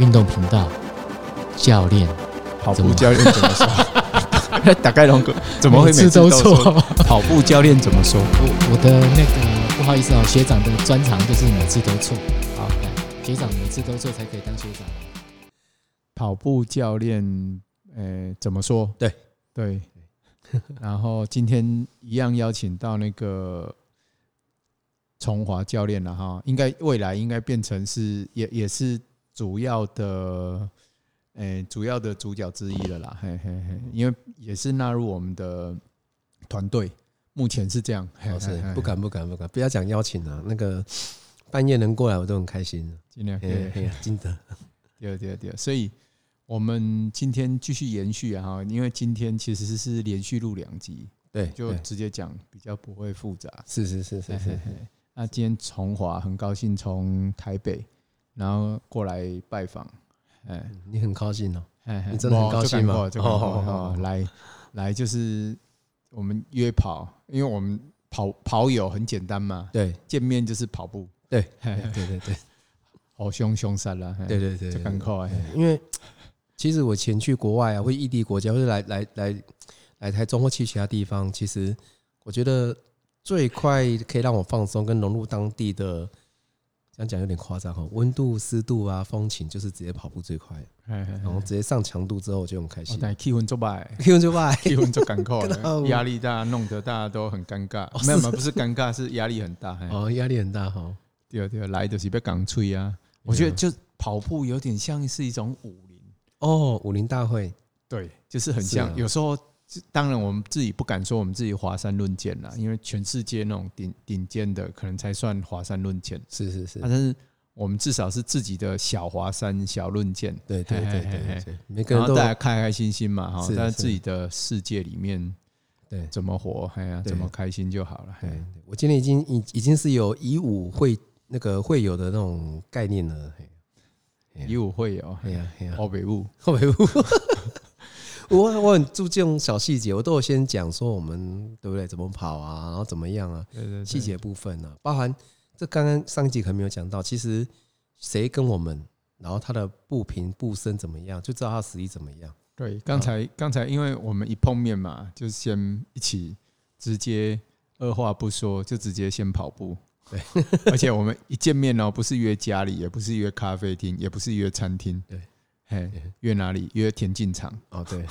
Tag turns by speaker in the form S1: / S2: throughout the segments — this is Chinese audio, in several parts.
S1: 运动频道教练，
S2: 跑
S1: 怎么
S2: 步教练怎么 说？打开龙哥怎么会每
S1: 次
S2: 次
S1: 都
S2: 都
S1: 错
S2: 错？？跑步教练怎么说？
S1: 我我的那个不好意思哦，学长的专长就是每次都错。好，来，学长每次都错才可以当学长。
S2: 跑步教练，呃，怎么说？
S3: 对
S2: 对。然后今天一样邀请到那个崇华教练了哈，应该未来应该变成是也也是主要的，呃，主要的主角之一了啦，嘿嘿嘿，因为也是纳入我们的团队，目前哦是这样，嘿
S3: 老师
S2: 嘿嘿
S3: 哦不敢不敢不敢，不要讲邀请啊，那个 半夜能过来我都很开心。
S2: 尽量
S3: 哎
S2: 嘿嘿
S3: 哎 呀，真的，
S2: 对对对，所以我们今天继续延续啊，哈因为今天其实是连续录两集，
S3: 对，
S2: 就嗯
S3: 对
S2: 直接讲，比较不会复杂。
S3: 是是是是
S2: 嘿
S3: 是，
S2: 嘿嘿那今天崇华很高兴从台北，然后过来拜访，哎，
S3: 你很高兴哦。
S2: 嘿嘿
S3: 你真的很高兴吗
S2: 没这个
S3: 哦哦哦
S2: 哦，来来就是我们约跑，因为我们跑跑友很简单嘛，
S3: 对
S2: 见面就是跑步，
S3: 对
S2: 嘿嘿
S3: 对对对对
S2: 好凶凶杀啦，嘿
S3: 对对对
S2: 这哎
S3: 对，
S2: 很快，嘿
S3: 因为 其实我前去国外啊，或异地国家，或者来来来来台中或去其他地方，其实我觉得最快可以让我放松跟融入当地的，这样讲有点夸张哦，温度、湿度啊、风情，就是直接跑步最快，
S2: 嘿嘿嘿
S3: 然后直接上强度之后我就很
S2: 嗯
S3: 开
S2: 哦
S3: 心。
S2: 但哎气氛作歹，
S3: Q 就拜，
S2: 气氛作尴 尬
S3: 真的哦
S2: 的，压力大，弄得大家都很尴尬。没有没有，哦不是尴尬，是压力很大。嘿
S3: 哦，压力很大哈。
S2: 对对，来就是要港吹啊。我觉得就跑步有点像是一种武林，
S3: 哦，武林大会，
S2: 对，就是很
S3: 是
S2: 像
S3: 啊。
S2: 有时候就当然我们自己不敢说我们自己华山论剑啦，因为全世界那种顶顶尖的可能才算华山论剑，
S3: 是是是
S2: 啊，但是我们至少是自己的小华山小论剑。
S3: 对对对
S2: 嘿嘿嘿
S3: 对
S2: 嘿
S3: 对，每个
S2: 然后
S3: 人都
S2: 大家开开心心嘛，哈，
S3: 是
S2: 在
S3: 是
S2: 自己的世界里面
S3: 对
S2: 怎么活，哎呀，
S3: 对
S2: 怎么开心就好了。嘿
S3: 对，对我今天已经已已经是有以武会那个会友的那种概念了。嘿
S2: 以武会友，
S3: 哎呀哎呀，
S2: 欧北部，
S3: 后悔悟。 我我很注重小细节，我都有先讲说我们对不对，怎么跑啊，然后怎么样啊，
S2: 对对
S3: 细节部分啊，包含这刚刚上一集可能没有讲到，其实谁跟我们，然后他的步频步声怎么样，就知道他实力怎么样。
S2: 对。刚才刚才因为我们一碰面嘛，就先一起直接二话不说就直接先跑步。
S3: 对，
S2: 而且我们一见面哦，不是约家里，也不是约咖啡厅，也不是约餐厅，
S3: 对，
S2: 嘿，约哪里？约田径场，
S3: 哦，对，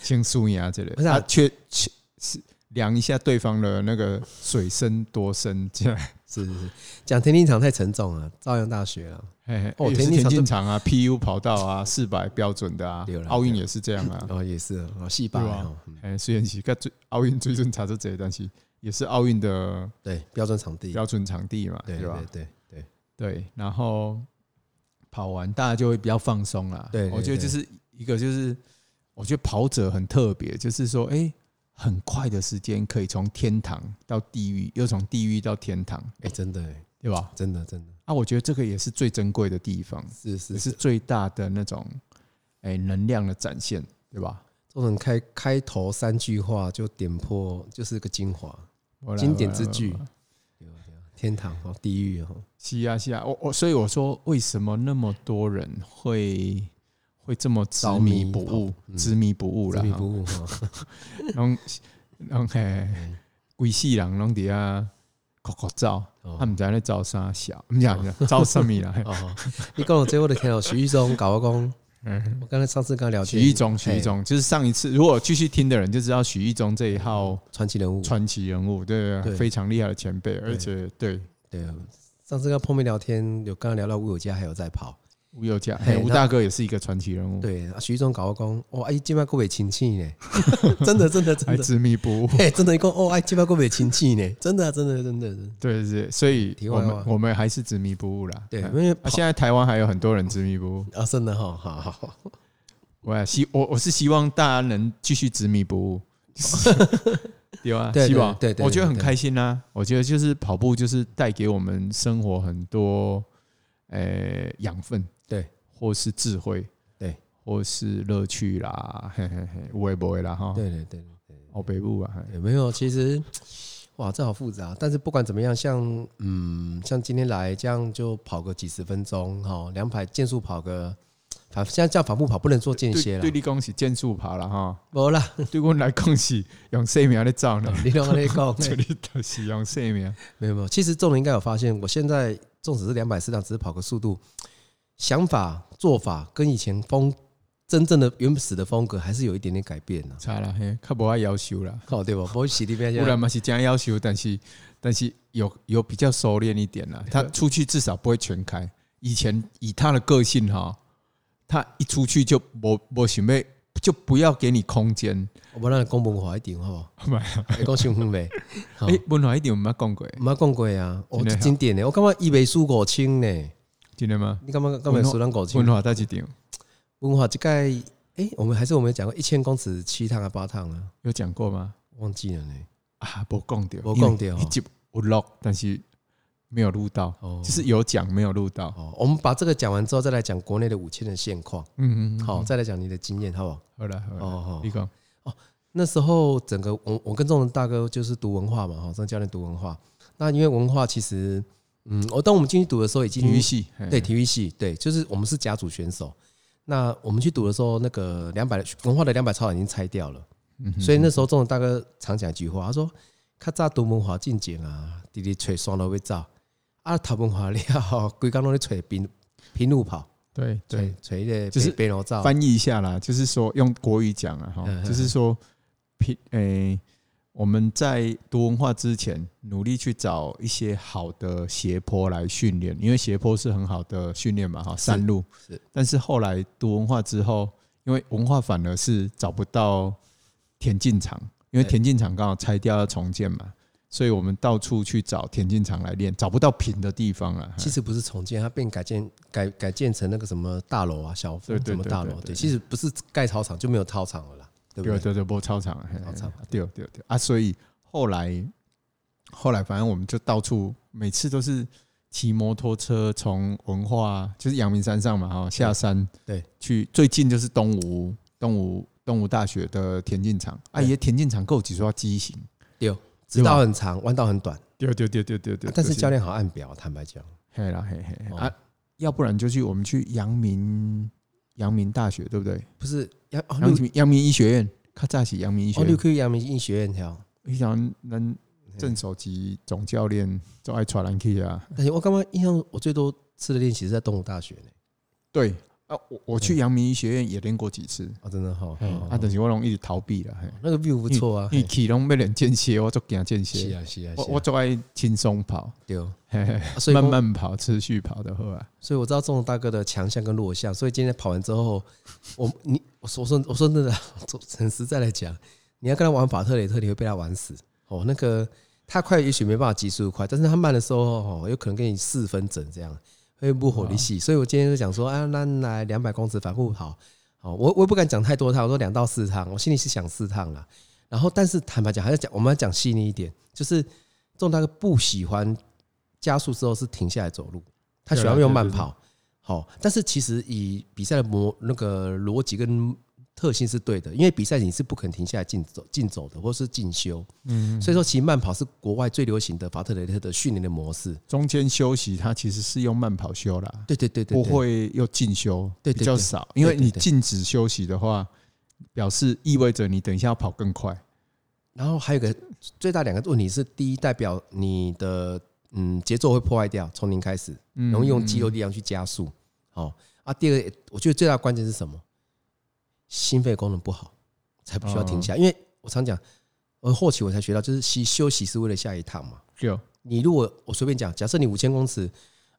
S2: 先舒压这类。
S3: 不是啊
S2: 啊，确确是量一下对方的那个水深多深，这样。
S3: 是是是，讲田径场太沉重了，照样大学了。
S2: 嘿嘿，
S3: 哦
S2: 也是
S3: 田径
S2: 田
S3: 场
S2: 径
S3: 这
S2: 场啊，PU 跑道啊，四百标准的啊
S3: 对啦，
S2: 奥运
S3: 对
S2: 也是这样啊
S3: 然。后也是啊，哦细吧
S2: 对啊
S3: 哦，嗯
S2: 哎，虽然是个最奥运最顺查出这些，但是也是奥运的
S3: 对，标准场地，
S2: 标准场地嘛，
S3: 对
S2: 对吧
S3: 对？对对，
S2: 对，然后跑完大家就会比较放松啦。
S3: 对对
S2: 我觉得
S3: 对
S2: 就是一个就是，我觉得跑者很特别，就是说，哎，很快的时间可以从天堂到地狱，又从地狱到天堂，
S3: 哎，真的哎，
S2: 对吧？
S3: 真的真的
S2: 啊，我觉得这个也是最珍贵的地方，
S3: 是是
S2: 也是最大的那种哎能量的展现，对吧？
S3: 周成开开头三句话就点破，就是个精华，
S2: 我来
S3: 经典之。
S2: 我来我
S3: 句
S2: 来
S3: 天堂哦，地狱哦，
S2: 是啊，是啊，我我所以我说，为什么那么多人会会这么执迷不悟
S3: 着迷跑嗯？
S2: 执迷不悟
S3: 执
S2: 啦，
S3: 迷不悟哦哈，
S2: 拢拢嘿，规世人拢伫遐口口走，
S3: 哦。
S2: 他毋知咧走啥小，毋知毋知走什么啦
S3: 哦，你跟我最后的天哦，徐玉忠搞个工，我刚才上次刚聊
S2: 许嗯
S3: 天
S2: 一中，许一中就是上一次，如果继续听的人就知道许一中这一号
S3: 嘿传奇人物，
S2: 传奇人物，对对，
S3: 对
S2: 非常厉害的前辈，而且对
S3: 对，上次跟他碰面聊天，有刚刚聊到吴有嘉还有在跑，
S2: 吴有嘉，
S3: 嘿
S2: 嘿吴
S3: 那
S2: 大哥也是一个传奇人物，
S3: 对，啊徐玉忠搞个工，哦，哎，今麦各位亲戚呢， 真的真的真
S2: 还
S3: 的，
S2: 执迷不 悟。
S3: 哎，真的一共哦，哎，今麦各位亲戚呢，真的啊真的真的，真的
S2: 对对，所以
S3: 题
S2: 我
S3: 外话
S2: 们我们还是执迷不悟啦。
S3: 对，
S2: 嗯
S3: 因为
S2: 啊，
S3: 跑
S2: 现在台湾还有很多人执迷不悟。
S3: 啊，真的哈，好好好。
S2: 我也希我我是希望大家能继续执迷不悟， 有啊，
S3: 对
S2: 希望
S3: 对对对
S2: 我觉得很
S3: 对
S2: 开心啦。我觉得就是跑步就是带给我们生活很多呃养分，
S3: 对，
S2: 或是智慧，
S3: 对，
S2: 或是乐趣啦，嘿嘿嘿，无为不为啦哈，
S3: 对对对
S2: 哦北部啊，嘿
S3: 对，没有，其实哇，这好复杂。但是不管怎么样，像嗯，像今天来这样就跑个几十分钟，哈、两百健速跑个跑现在叫跑步跑不能做间歇
S2: 对
S3: 了
S2: 对，你讲是剑术跑了哈，
S3: 无 啦，
S2: 对阮来讲是用生命咧走呢，
S3: 你让我来讲，
S2: 这里都是用生命。
S3: 没有没有，其实众人应该有发现，我现在纵使是两百四档，只是跑个速度，想法做法跟以前风真正的原始的风格还是有一点点改变啊呢、
S2: 差啦，嘿，较无爱要求啦。
S3: 好对吧？啊不会洗地边
S2: 不然嘛是真要求，但是但是有有比较收敛一点啦。他出去至少不会全开。以前以他的个性哈，他一出去就我我想要就不要给你空间。
S3: 我们让公文化一点好不好？
S2: 不然
S3: 会讲新 闻呗。好，
S2: 诶，文华一点有没有讲过，
S3: 唔捌讲过啊，哦，
S2: 真的
S3: 这
S2: 啊
S3: 经典的，我感觉伊袂输五千呢。
S2: 真的吗？
S3: 你感觉干嘛输咱五千
S2: 文？华在一场
S3: 文化这个，诶，我们还是我们讲过一千公尺七趟啊八趟啊，
S2: 有讲过吗？
S3: 忘记了呢。
S2: 啊，无讲掉，
S3: 没讲到哦
S2: 一集有录，但是没有录到，
S3: 哦，
S2: 就是有讲没有录到。
S3: 哦，我们把这个讲完之后，再来讲国内的五千的现况。
S2: 嗯嗯，嗯
S3: 好，，再来讲你的经验，好不好？
S2: 好了好
S3: 哦
S2: 了，
S3: 哦
S2: 你，讲，
S3: 那时候整个我我跟众人大哥就是读文化嘛，哈，张教练读文化。那因为文化其实，嗯，我当我们进去读的时候已经
S2: 体育系，嘿
S3: 对，体育系，对，就是我们是甲组选手。那我们去读的时候，那个两百文化的两百操场已经拆掉了，
S2: 嗯哼
S3: 所以那时候中文大哥常讲一句话，他说：“较早读文化进前啊，直直找山路要走，啊，读文化了，规工拢咧找平平路跑，
S2: 对
S3: 找
S2: 对，
S3: 找迄个
S2: 就是
S3: 边路走。”
S2: 翻嗯译一下啦，就是说用国语讲啊，哈
S3: 嗯，嗯
S2: 就是说，平诶、我们在读文化之前，努力去找一些好的斜坡来训练，因为斜坡是很好的训练嘛，哈，山路
S3: 是
S2: 但是后来读文化之后，因为文化反而是找不到田径场，因为
S3: 对
S2: 田径场刚好拆掉要重建嘛，所以我们到处去找田径场来练，找不到平的地方啊了。
S3: 其实不是重建，它变改建改改建成那个什么大楼啊，小
S2: 对
S3: 峰
S2: 对
S3: 什么
S2: 对
S3: 大
S2: 对
S3: 楼。
S2: 对
S3: 对，其实不是盖操场就没有操场了啦，对不
S2: 对
S3: 对？
S2: 对对，无操场，嘿
S3: 操场
S2: 对对对啊，所以后来后来反正我们就到处，每次都是骑摩托车从文化就是阳明山上嘛，哈下山，
S3: 对，
S2: 去最近就是东吴东吴东吴大学的田径场，啊，
S3: 对
S2: 也田径场够几双机型，
S3: 直道很长，弯道很短，
S2: 对对对对对对
S3: 啊但是
S2: 就是
S3: 教练好按表，坦白讲，
S2: 嘿啦嘿嘿嘿
S3: 哦
S2: 啊，要不然就去我们去阳明阳明大学对不对？
S3: 不是要哦
S2: 阳
S3: 六
S2: 明阳明医学院，较早是阳明医学
S3: 哦
S2: 院
S3: 六，Q 阳明医学院条，
S2: 伊想咱正手级总教练就爱传人去啊。
S3: 但是我刚刚印象我最多次的练习是在东吴大学呢，
S2: 对啊，我我去阳明医学院也练过几次，
S3: 哦，真的哈，嗯哦
S2: 啊，但是我拢一直逃避了。嘿
S3: 那个 view 不错啊，
S2: 因为
S3: 嘿
S2: 去拢要练间歇，我就惊间
S3: 是
S2: 歇，
S3: 啊是啊，
S2: 我
S3: 是啊
S2: 我就爱轻松跑，
S3: 对，
S2: 嘿嘿
S3: 啊所以
S2: 慢
S3: 我
S2: 慢跑，持续跑的话，
S3: 所以我知道中龙大哥的强项跟弱项，所以今天跑完之后，我你我说我说我说真的 啊，我很实在来讲，你要跟他玩法特雷特，你会被他玩死哦。那个他快也许没办法极速快，但是他慢的时候哦，有可能给你四分整这样，会不火力细。所以我今天就讲说啊，那来两百公尺反复跑，哦，我我也不敢讲太多趟，我说两到四趟，我心里是想四趟啦。然后，但是坦白讲，还是讲我们要讲细腻一点，就是中大哥不喜欢加速之后是停下来走路，他喜欢用慢跑。好，但是其实以比赛的模那个逻辑跟特性是对的，因为比赛你是不肯停下来竞走、竞走的，或是进修。
S2: 嗯，
S3: 所以说，其实慢跑是国外最流行的法特雷特的训练的模式。
S2: 中间休息它其实是用慢跑休啦，
S3: 对对对对
S2: 不
S3: 对，
S2: 会又进修，
S3: 对对
S2: 比较
S3: 对
S2: 少，因为
S3: 对对
S2: 你
S3: 对
S2: 禁止休息的话，表示意味着你等一下要跑更快。
S3: 然后还有一个最大两个问题是，第一代表你的嗯节奏会破坏掉，从零开始，
S2: 嗯
S3: 容易用肌肉力量去加速。好、啊，第二个我觉得最大的关键是什么？心肺功能不好才不需要
S2: 哦
S3: 停下，因为我常讲，我后期我才学到，就是息休息是为了下一趟嘛。
S2: 就
S3: 你如果我随便讲，假设你五千公尺，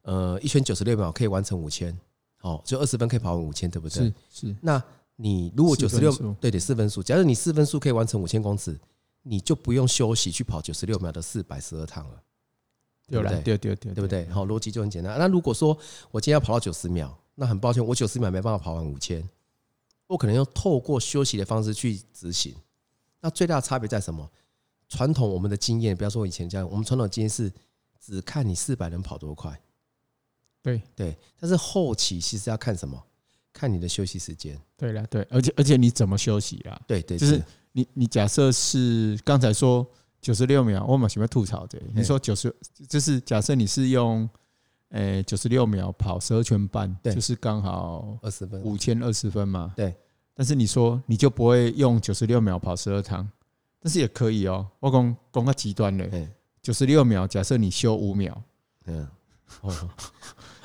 S3: 呃，一圈九十六秒可以完成五千，哦，就二十分可以跑完五千，对不对？
S2: 是是
S3: 那你如果九十
S2: 四
S3: 六
S2: 分数，
S3: 对对，四分数，假如你四分数可以完成五千公尺，你就不用休息去跑九十六秒的四百十二趟了，
S2: 对啦
S3: 对不
S2: 对对对
S3: 对不？对？好，逻辑就很简单。那如果说我今天要跑到九十秒，那很抱歉，我九十秒没办法跑完五千，我可能要透过休息的方式去执行。那最大的差别在什么？传统我们的经验，不要说我以前这样，我们传统经验是只看你四百能跑多快，
S2: 对
S3: 对。但是后期其实要看什么？看你的休息时间，
S2: 对了，对，而且而且你怎么休息啊？
S3: 对对，
S2: 就是你你假设是刚才说九十六秒，我们喜欢吐槽的，你说九十，就是假设你是用诶九十六秒跑十二圈半，
S3: 对
S2: 就是刚好
S3: 二十分，
S2: 五千二十分嘛。
S3: 对，
S2: 但是你说你就不会用九十六秒跑十二趟，但是也可以哦。我讲讲个极端嘞，
S3: 哎，
S2: 九十六秒，假设你休五秒，
S3: 嗯，哦，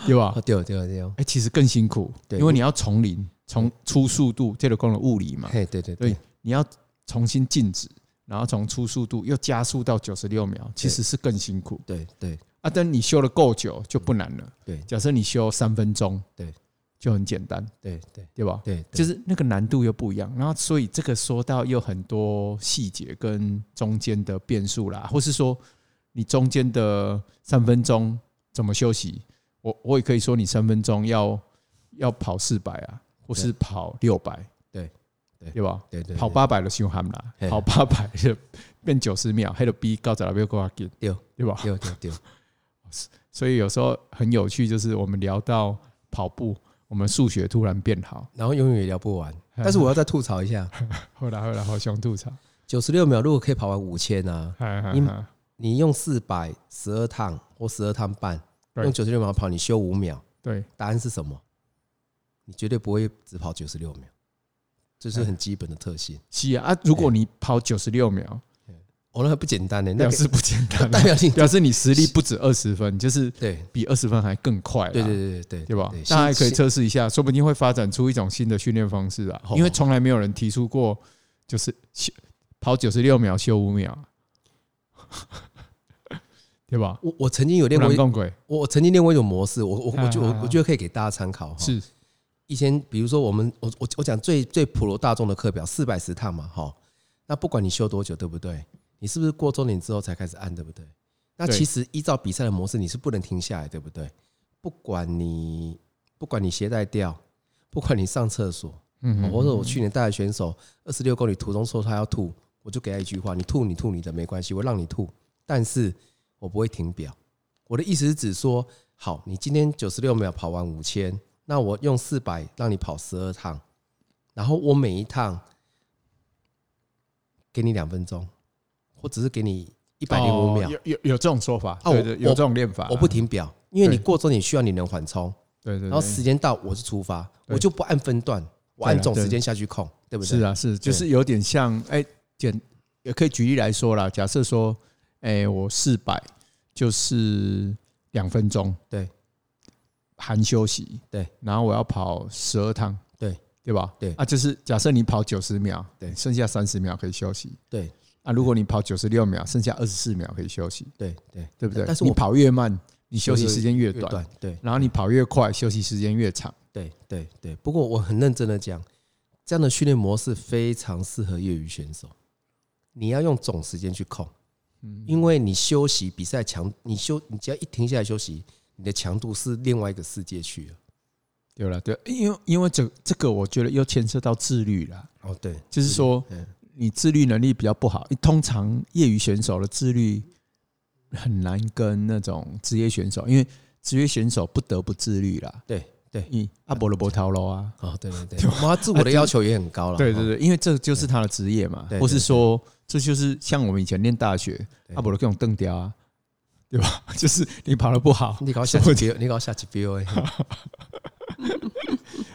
S2: 对吧？
S3: 哦对对对，
S2: 哎、其实更辛苦，
S3: 对
S2: 因为你要从零从初速度，这个功能物理嘛，
S3: 嘿，对对
S2: 对，你要重新静止，然后从初速度又加速到九十六秒，其实是更辛苦
S3: 对对
S2: 啊。但你修了够久就不难了。
S3: 对
S2: 假设你修三分钟，
S3: 对，
S2: 就很简单，
S3: 对对
S2: 对吧？
S3: 对，
S2: 就是是那个难度又不一样，然后所以这个说到又很多细节跟中间的变数啦，或是说你中间的三分钟怎么休息，我我也可以说你三分钟要要跑四百啊，或是跑六百，
S3: 对对
S2: 对吧？
S3: 对对
S2: 跑，八百的休喊啦
S3: 嘿，
S2: 跑八百的变九十秒，还有 B 高在那边过紧，
S3: 对
S2: 对吧？
S3: 对对对，
S2: 所以有时候很有趣，就是我们聊到跑步，我们数学突然变好，
S3: 然后永远也聊不完。
S2: 嗯
S3: 但是我要再吐槽一下，
S2: 后来后来好想吐槽，
S3: 九十六秒如果可以跑完五千啊，
S2: 嗨嗨
S3: 因
S2: 嗨
S3: 你用四百十二趟或十二趟半，
S2: 对
S3: 用九十六秒跑，你休五秒，
S2: 对。
S3: 答案是什么？你绝对不会只跑九十六秒，这是很基本的特性。
S2: 是啊，啊如果你跑九十六秒，
S3: 哦，那还不简单呢，那
S2: 表
S3: 个
S2: 示不简单
S3: 代
S2: 啊，
S3: 表性。
S2: 表示你实力不止二十分，就是
S3: 对
S2: 比二十分还更快啦
S3: 对对对对对，
S2: 对吧
S3: 对？
S2: 大家也可以
S3: 新
S2: 测试一下，说不定会发展出一种新的训练方式啊，
S3: 哦
S2: 因为从来没有人提出过，就是休跑九十六秒休五秒，对吧？
S3: 我我曾经有练过
S2: 不
S3: 一哦
S2: 然更鬼
S3: 我我曾经练过一种模式，我我我觉得
S2: 啊啊啊
S3: 我我觉得可以给大家参考哈。
S2: 是
S3: 以前比如说我们我我我讲最最普罗大众的课表四百十趟嘛哈，那不管你修多久对不对？你是不是过周年之后才开始按对不对？那
S2: 对
S3: 其实依照比赛的模式，你是不能停下来对不对？不管你不管你鞋带掉，不管你上厕所，
S2: 嗯
S3: 哦或者我去年带的选手二十六公里途中说他要吐，我就给他一句话：你吐你吐你的没关系，我让你吐，但是我不会停表。我的意思是指说，好，你今天九十六秒跑完五千，那我用四百让你跑十二趟，然后我每一趟给你两分钟，我只是给你一
S2: 哦一
S3: 百零五秒，
S2: 有有有这种说法，
S3: 我
S2: 对对，有这种练法啊，
S3: 我不停表，因为你
S2: 对
S3: 过终点需要你能缓冲，
S2: 对，对对，
S3: 然后时间到我是出发，
S2: 对
S3: 我就不按分段，我按
S2: 对啊
S3: 总
S2: 对
S3: 时间下去控，对不对？
S2: 是啊，是，就是有点像，哎、简也可以举例来说啦。假设说，哎、我四百就是两分钟，
S3: 对，
S2: 含休息，
S3: 对，
S2: 然后我要跑十二趟，
S3: 对，
S2: 对吧？
S3: 对
S2: 啊，就是假设你跑九十秒，
S3: 对
S2: 剩下三十秒可以休息，
S3: 对。
S2: 啊，如果你跑九十六秒，剩下二十四秒可以休息，
S3: 对对，
S2: 对不对？
S3: 但是
S2: 你
S3: 我
S2: 跑越慢，你休息
S3: 就
S2: 时间越
S3: 越
S2: 短，
S3: 短，对
S2: 然后你跑越快，休息时间越长。
S3: 对对对。不过我很认真的讲，这样的训练模式非常适合业余选手。你要用总时间去控，
S2: 嗯
S3: 因为你休息比赛强，你休你只要一停下来休息，你的强度是另外一个世界去了。
S2: 对了，对，因为因为这这个我觉得又牵涉到自律啦，
S3: 哦，对，
S2: 就是说
S3: 嗯
S2: 你自律能力比较不好，通常业余选手的自律很难跟那种职业选手，因为职业选手不得不自律啦。
S3: 对对，
S2: 你阿伯罗伯涛喽啊，
S3: 哦，对对对，哇，自我的要求也很高了。
S2: 对对
S3: 哦，
S2: 对，因为这就是他的职业嘛
S3: 对，对
S2: 或是说这就是像我们以前念大学，
S3: 对
S2: 阿伯罗各种蹬掉啊，对吧？ 就是你跑得不好，
S3: 你搞下几标，你搞下几 标哎，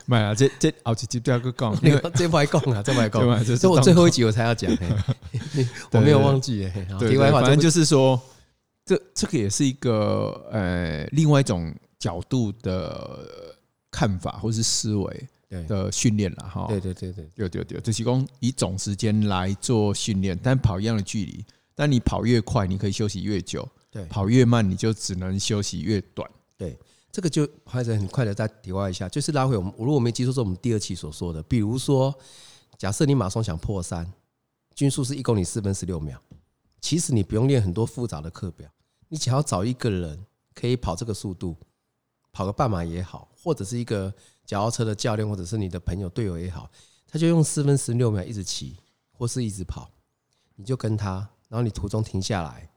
S2: 买啊，这这后一集不要去 讲，
S3: 你
S2: 因为
S3: 这不还讲啊，这不还讲
S2: 对。吧？这
S3: 所以我最后一集我才 要讲，嘿你 我没有忘记哎。嘿好
S2: 对
S3: 题外
S2: 对
S3: 话，
S2: 反正
S3: 这
S2: 就是说，这这个也是一个呃另外一种角度的看法或是思维
S3: 不
S2: 的训练了哈。
S3: 对对对对
S2: 对
S3: 对，
S2: 对对，就是讲以总时间来做训练，但跑一样的距离，但你跑越快，你可以休息越久；
S3: 对
S2: 跑越慢，你就只能休息越短。
S3: 这个就还是很快的再题外一下，就是拉回我们，如果没记错，是我们第二期所说的，比如说，假设你马上想破三，均速是一公里四分十六秒，其实你不用练很多复杂的课表，你只要找一个人可以跑这个速度，跑个半马也好，或者是一个脚踏车的教练，或者是你的朋友队友也好，他就用四分十六秒一直骑，或是一直跑，你就跟他，然后你途中停下来，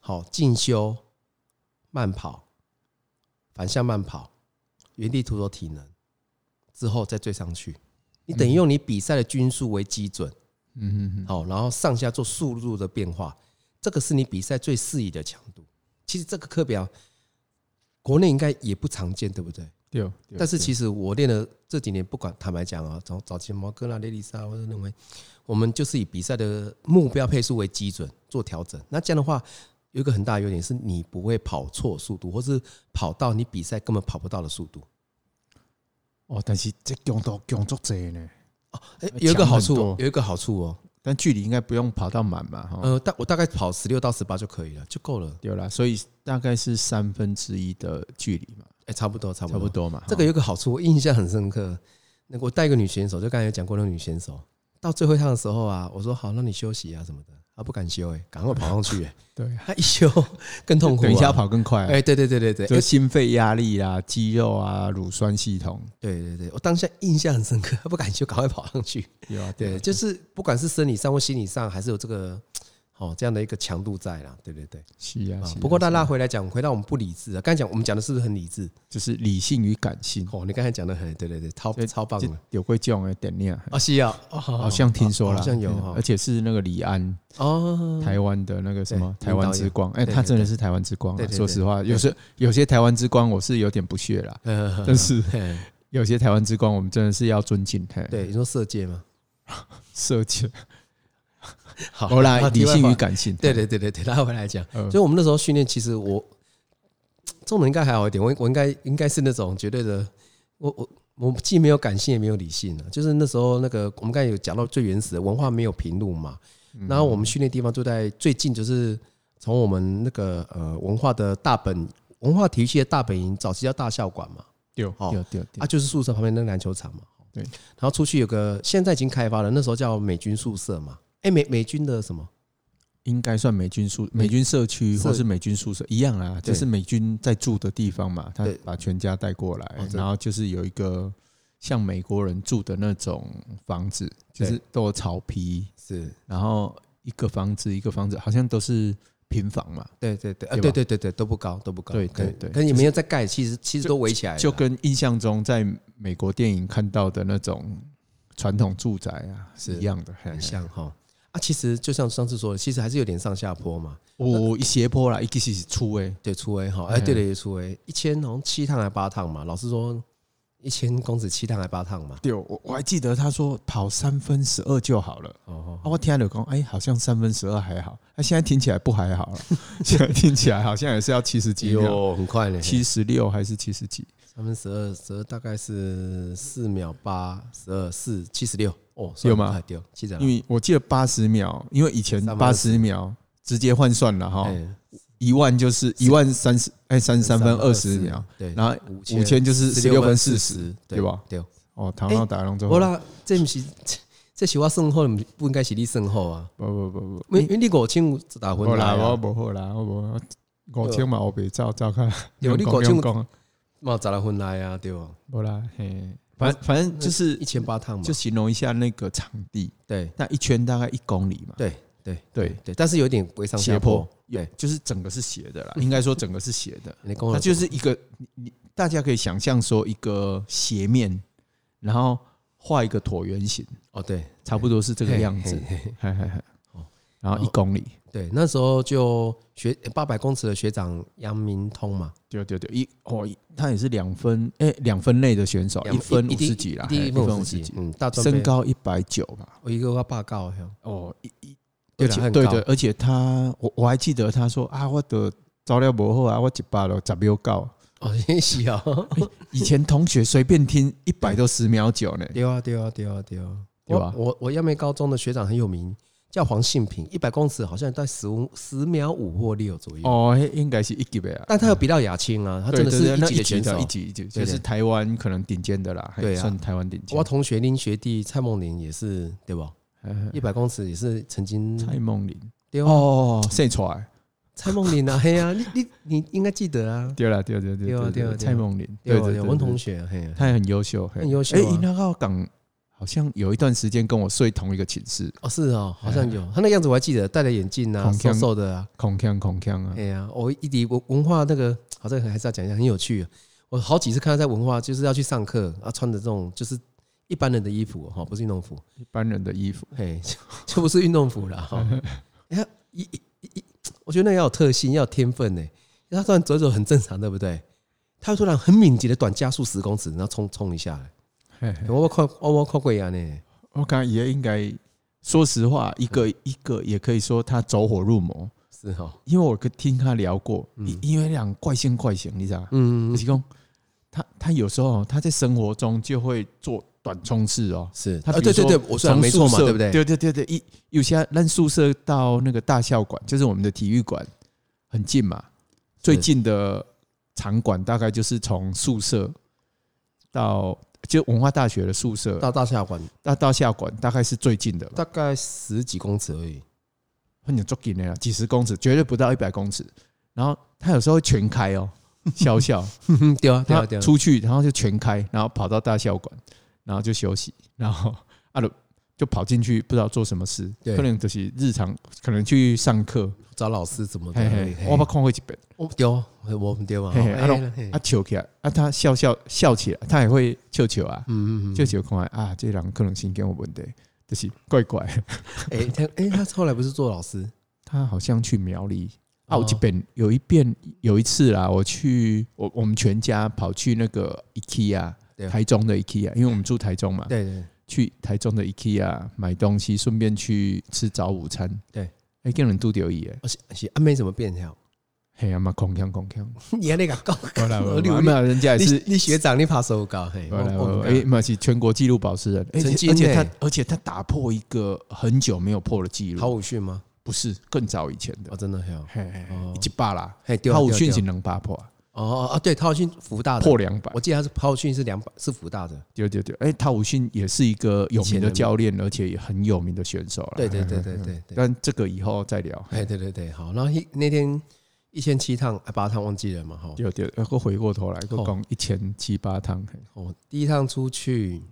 S3: 好进修，慢跑。反向慢跑，原地徒手体能，之后再追上去。你等于用你比赛的均速为基准，
S2: 嗯嗯
S3: 好，然后上下做速度的变化，这个是你比赛最适宜的强度。其实这个课表国内应该也不常见，对不对？
S2: 对，哦
S3: 但是其
S2: 实
S3: 实我练了这几年，不管坦白讲啊，早早期毛哥啦、雷丽莎，我都啊认为我们就是以比赛的目标配速为基准做调整。那这样的话，有一个很大的优点是你不会跑错速度，或是跑到你比赛根本跑不到的速度。
S2: 哦，但是这强度强足侪呢，
S3: 哎、
S2: 呃
S3: 有一个好处
S2: 强很多
S3: 哦，
S2: 嗯
S3: 有一个好处哦，
S2: 但距离应该不用跑到满嘛，哈、
S3: 呃，大我大概跑十六到十八就可以了，就够了。
S2: 对啦，所以大概是三分之一的距离嘛，
S3: 哎、差不多，差不
S2: 差
S3: 多，
S2: 不。多嘛，哈
S3: 这个有一个好处，我印象很深刻。那个我带一个女选手，就刚才有讲过那个女选手，到最后一趟的时候啊，我说好，那你休息啊什么的，她不敢休、哎，赶快跑上去、哎，
S2: 对，
S3: 她一休更痛苦、啊
S2: 等一下，跑更快、啊
S3: 哎、对对对对对，
S2: 就
S3: 哎
S2: 心肺压力啦、肌肉啊、乳酸系统，
S3: 对对对，我当下印象很深刻， 她不敢休，赶快跑 上去。
S2: 有啊，
S3: 对，就是不管是生理上或心理上，还是有这个哦这样的一个强度在啦，对对对。
S2: 是啊
S3: 啊，
S2: 是啊
S3: 不过
S2: 是
S3: 那
S2: 啊
S3: 拉回来讲，回到我们不理智啊，刚才讲我们讲的是不是很理智？
S2: 就是理性与感性，
S3: 哦，你刚才讲的很对对对，超
S2: 这
S3: 超棒
S2: 这
S3: 的。
S2: 有过这种的电影，
S3: 哦，是啊，哦好
S2: 好像听说了，
S3: 好像有
S2: 对
S3: 哦
S2: 而且是那个李安
S3: 哦，
S2: 台湾的那个什么
S3: 对
S2: 台湾之光，哎，
S3: 对
S2: 他
S3: 对
S2: 真的
S3: 对
S2: 是台湾之光啊
S3: 对。对
S2: 说
S3: 对
S2: 实话，
S3: 对
S2: 有时有些台湾之光我是有点不屑啦，
S3: 呃
S2: 但是
S3: 嘿
S2: 有些台湾之光我们真的是要尊敬。嘿，
S3: 对你说色戒吗？
S2: 设计，
S3: 好
S2: 好啦，理性与，
S3: 题外话
S2: 感性，
S3: 对对对对对，拉回来讲，
S2: 呃，
S3: 所以我们那时候训练，其实我这种应该还好一点，我我应该应该是那种绝对的，我我。我既没有感性，也没有理性啊，就是那时候那个我们刚才有讲到最原始的文化没有平路嘛，
S2: 嗯
S3: 然后我们训练地方就在最近，就是从我们那个呃文化的大本文化体育系的大本营，早期叫大校馆嘛，
S2: 丢
S3: 哦
S2: 丢丢
S3: 啊，
S2: 丢，
S3: 就是宿舍旁边那个篮球场嘛。
S2: 对
S3: 然后出去有个现在已经开发了，那时候叫美军宿舍嘛。哎，美美军的什么？
S2: 应该算美军宿、美军社区
S3: 社
S2: 或是美军宿舍一样啦，就
S3: 对
S2: 是美军在住的地方嘛，他
S3: 对
S2: 把全家带过来
S3: 哦，这
S2: 然后就是有一个像美国人住的那种房子，就
S3: 对
S2: 是都有草皮，
S3: 是
S2: 然后一个房子一个房子，好像都是平房嘛，
S3: 对对对，啊，
S2: 对吧
S3: 对对对对，都不高，都不高，
S2: 对对
S3: 可能
S2: 对
S3: 可能也没有在盖，其实其实
S2: 就
S3: 都围起来了
S2: 就跟印象中在美国电影看到的那种传统住宅啊是
S3: 是
S2: 一样的，嘿
S3: 很像哈。啊，其实就像上次说的，其实还是有点上下坡嘛。
S2: 我一斜坡啦，一个是出诶，
S3: 对，出 A 哈，
S2: 哎
S3: 哎，对了，也出 A，一千好像七趟还八趟嘛。老师说一千公尺七趟还八趟嘛。
S2: 对，我我还记得他说跑三分十二就好了。
S3: 哦
S2: 啊，
S3: 哦，
S2: 我听了讲，哎、好像三分十二还好，那、现在听起来不还好了， 现在听起来好像也是要七十几秒，
S3: 哟，很快呢，
S2: 七十六还是七十几？
S3: 三分十二，十二大概是四秒八，十二四七十六哦，
S2: 有吗
S3: 丢七十
S2: 因
S3: 六，
S2: 为我记得八十秒，因为以前
S3: 320
S2: 八十秒直接换算了哈，
S3: 哎
S2: 一万就是一万三十，哎，三十三分二十秒，，
S3: 对，
S2: 然后
S3: 五
S2: 五千就是十六分四十。
S3: 十，
S2: 对吧？
S3: 对，
S2: 哦，唐老打龙之后
S3: 我，啦，这不是 这这是我胜后，不不应该是你胜后啊，
S2: 不不不不，
S3: 因为因为你五千五打
S2: 我
S3: 分
S2: 啦，
S3: 来
S2: 我
S3: 啊，
S2: 不好啦，我不。五千嘛，我别照照看，
S3: 有你
S2: 不用
S3: 五千
S2: 讲，
S3: 嘛十来分来啊，对吧？
S2: 无啦，嘿，反反正就是
S3: 一千八趟嘛，
S2: 就形容一下那个场地，
S3: 对
S2: 那一圈大概一公里嘛，
S3: 对对
S2: 对，
S3: 对，但是有点微上下
S2: 斜坡，
S3: 对，哦
S2: 就是整个是斜的啦， 应该说整个是斜的，
S3: 你跟我
S2: 它就是一个你你大家可以想象说一个斜面，然后画一个椭圆形，
S3: 哦，对
S2: 差不多是这个样子
S3: 嘿，嘿嘿
S2: 嘿嘿嘿
S3: 哦，
S2: 然后一公里，
S3: 对，那时候就学八百公尺的学长杨明通嘛。
S2: 对对对，一哦，一他也是两分哎两分内的选手，
S3: 两
S2: 哦一分
S3: 一
S2: 五十几啦，
S3: 一
S2: 嘿
S3: 一分五十几，，嗯，大专杯
S2: 身，高一百九嘛，
S3: 我一个我八高，好像
S2: 哦一一。
S3: 对
S2: 而
S3: 啦
S2: 且
S3: 很
S2: 对
S3: 高
S2: 对，而且他，我我还记得他说啊，我的早料不好啊，我一百了十秒到。
S3: 哦， 真是哦，
S2: 以前同学随便听一百都十秒九呢，
S3: 对啊，对啊，对啊，对啊，
S2: 对吧
S3: 我我我亚美高中的学长很有名，叫黄信平，一百公尺好像在十五十秒五或六左右，
S2: 哦，那应该是一级的啊。
S3: 但他有比到亚青啊，他
S2: 对
S3: 真的是
S2: 对对
S3: 一
S2: 那
S3: 级的
S2: 级
S3: 选
S2: 的，
S3: 手
S2: 一。级一级，
S3: 对
S2: 就
S3: 对
S2: 是台湾可能顶尖的啦，
S3: 对啊
S2: 算台湾顶尖
S3: 我。同学林学弟蔡梦麟也是对吧？
S2: 嗯
S3: 一百公尺也是曾经
S2: 蔡梦麟
S3: 对啊，
S2: 哦，谁出来？
S3: 蔡梦麟啊，嘿啊，你你你应该记得啊，
S2: 对了，对对
S3: 对啊
S2: 对
S3: 对啊对啊
S2: 蔡梦麟，对
S3: 对啊
S2: 对
S3: 对
S2: 对，
S3: 啊，文同
S2: 学
S3: 学嘿啊，
S2: 他也很优秀，嘿
S3: 很优秀啊
S2: 哎，伊那个港好像有一段时间跟我睡同一个寝室，
S3: 哦是哦，好
S2: 哎
S3: 像有他那样子我还记得，戴了眼镜啊，
S2: 孔
S3: 瘦
S2: 锵
S3: 瘦的啊，
S2: 空腔空腔啊
S3: 哎，呀，我一提文文化那个，好，这个还是要讲一下，很有趣啊。我好几次看他在文化，就是要去上课啊，穿的这种就是一般人的衣服哈、哦，不是运动服，
S2: 一般人的衣服。
S3: 嘿， 就就不是运动服了哈。 哎、呀，一一一一，我觉得那要有特性，要有天分呢。因为他突然走一走很正常，对不对？他会突然很敏捷的短加速十公尺，然后冲冲一下来。哦
S2: 嘿嘿
S3: 我靠，我靠鬼啊呢！
S2: 我看也应该说实话，一个
S3: 嗯
S2: 一个也可以说他走火入魔，
S3: 是哈、哦，
S2: 因为我跟听他聊过，
S3: 嗯
S2: 因因为两怪仙怪型，你知道吗？
S3: 嗯，
S2: 提供他他有时候他在生活中就会做短冲刺哦。
S3: 是
S2: 他
S3: 啊，
S2: 比如
S3: 对对
S2: 说
S3: 对，我说的
S2: 从
S3: 没错嘛，
S2: 宿舍
S3: 对不对？
S2: 对对对对，一有些让宿舍到那个大校馆，就是我们的体育馆很近嘛，最近的场馆大概就是从宿舍到就文化大学的宿舍
S3: 到大下馆
S2: 到到校馆，大概是最近的吧，
S3: 大概十几公尺而已。
S2: 很有足近的啦，几十公尺，绝对不到一百公尺。然后他有时候会全开 哦，笑笑。
S3: 嗯，对啊，对
S2: 他
S3: 啊，对啊，
S2: 出去，然后就全开，然后跑到大校馆，然后就休息，然后啊就就跑进去，不知道做什么事，
S3: 对
S2: 可能就是日常，可能去上课，
S3: 找老师怎么的
S2: 嘿？嘿，我把看过一本，
S3: 我丢，我们丢啊！
S2: 嘿嘿
S3: 哎
S2: 啊都
S3: 嘿
S2: 啊笑起来，啊他笑笑笑起来，他也会笑笑啊，
S3: 嗯嗯嗯，
S2: 笑笑看啊，这人可能心跟我问题，就是怪怪，
S3: 哎，他哎，他后来不是做老师？
S2: 他好像去苗栗。啊，
S3: 哦
S2: 我这边有一遍有一次啦，我去我我们全家跑去那个 IKEA
S3: 对
S2: 台中的 IKEA，因为我们住台中嘛，
S3: 哦对对，
S2: 去台中的 IKEA 买东西，顺便去吃早午餐。
S3: 对，
S2: 哎，跟人都丢伊诶，
S3: 而且而且阿啊妹怎么变好？
S2: 嘿啊嘛，空腔空腔。
S3: 你还那个高
S2: 好 啦，
S3: 我
S2: 没
S3: 留
S2: 有没有，人家也
S3: 你
S2: 是，
S3: 你学长，你爬手高嘿，
S2: 没有啦没有
S3: 我
S2: 哎
S3: 哎，
S2: 嘛是全国纪录保持人，而且
S3: 曾经
S2: 而且
S3: 呢
S2: 他而且他打破一个很久没有破的纪
S3: 郝
S2: 录，
S3: 武训吗？
S2: 不是更早以前
S3: 哦，
S2: 的，
S3: 真的很好，
S2: 嘿嘿嘿
S3: 哦
S2: 一百啦，
S3: 嘿，对啊
S2: 他有
S3: 对
S2: 讯
S3: 啊
S2: 是
S3: 对啊
S2: 能八破啊，
S3: 哦哦啊，对，他武训福大的
S2: 破，两百
S3: 我，记得他是他武训是两百，是福大的，
S2: 对对对，哎，他武训也是一个有名
S3: 以前的
S2: 的
S3: 嘛
S2: 教练，而且也很有名的选手了。
S3: 对对对
S2: 嘿嘿
S3: 对
S2: 嘿
S3: 对对，
S2: 嗯但这个以后再聊。
S3: 哎对对对，好，然后一那天一千七趟啊八趟忘记了嘛哈，
S2: 对对，要回过头来，哎我
S3: 好
S2: 讲一千七八趟。嘿
S3: 哦，第一趟出去，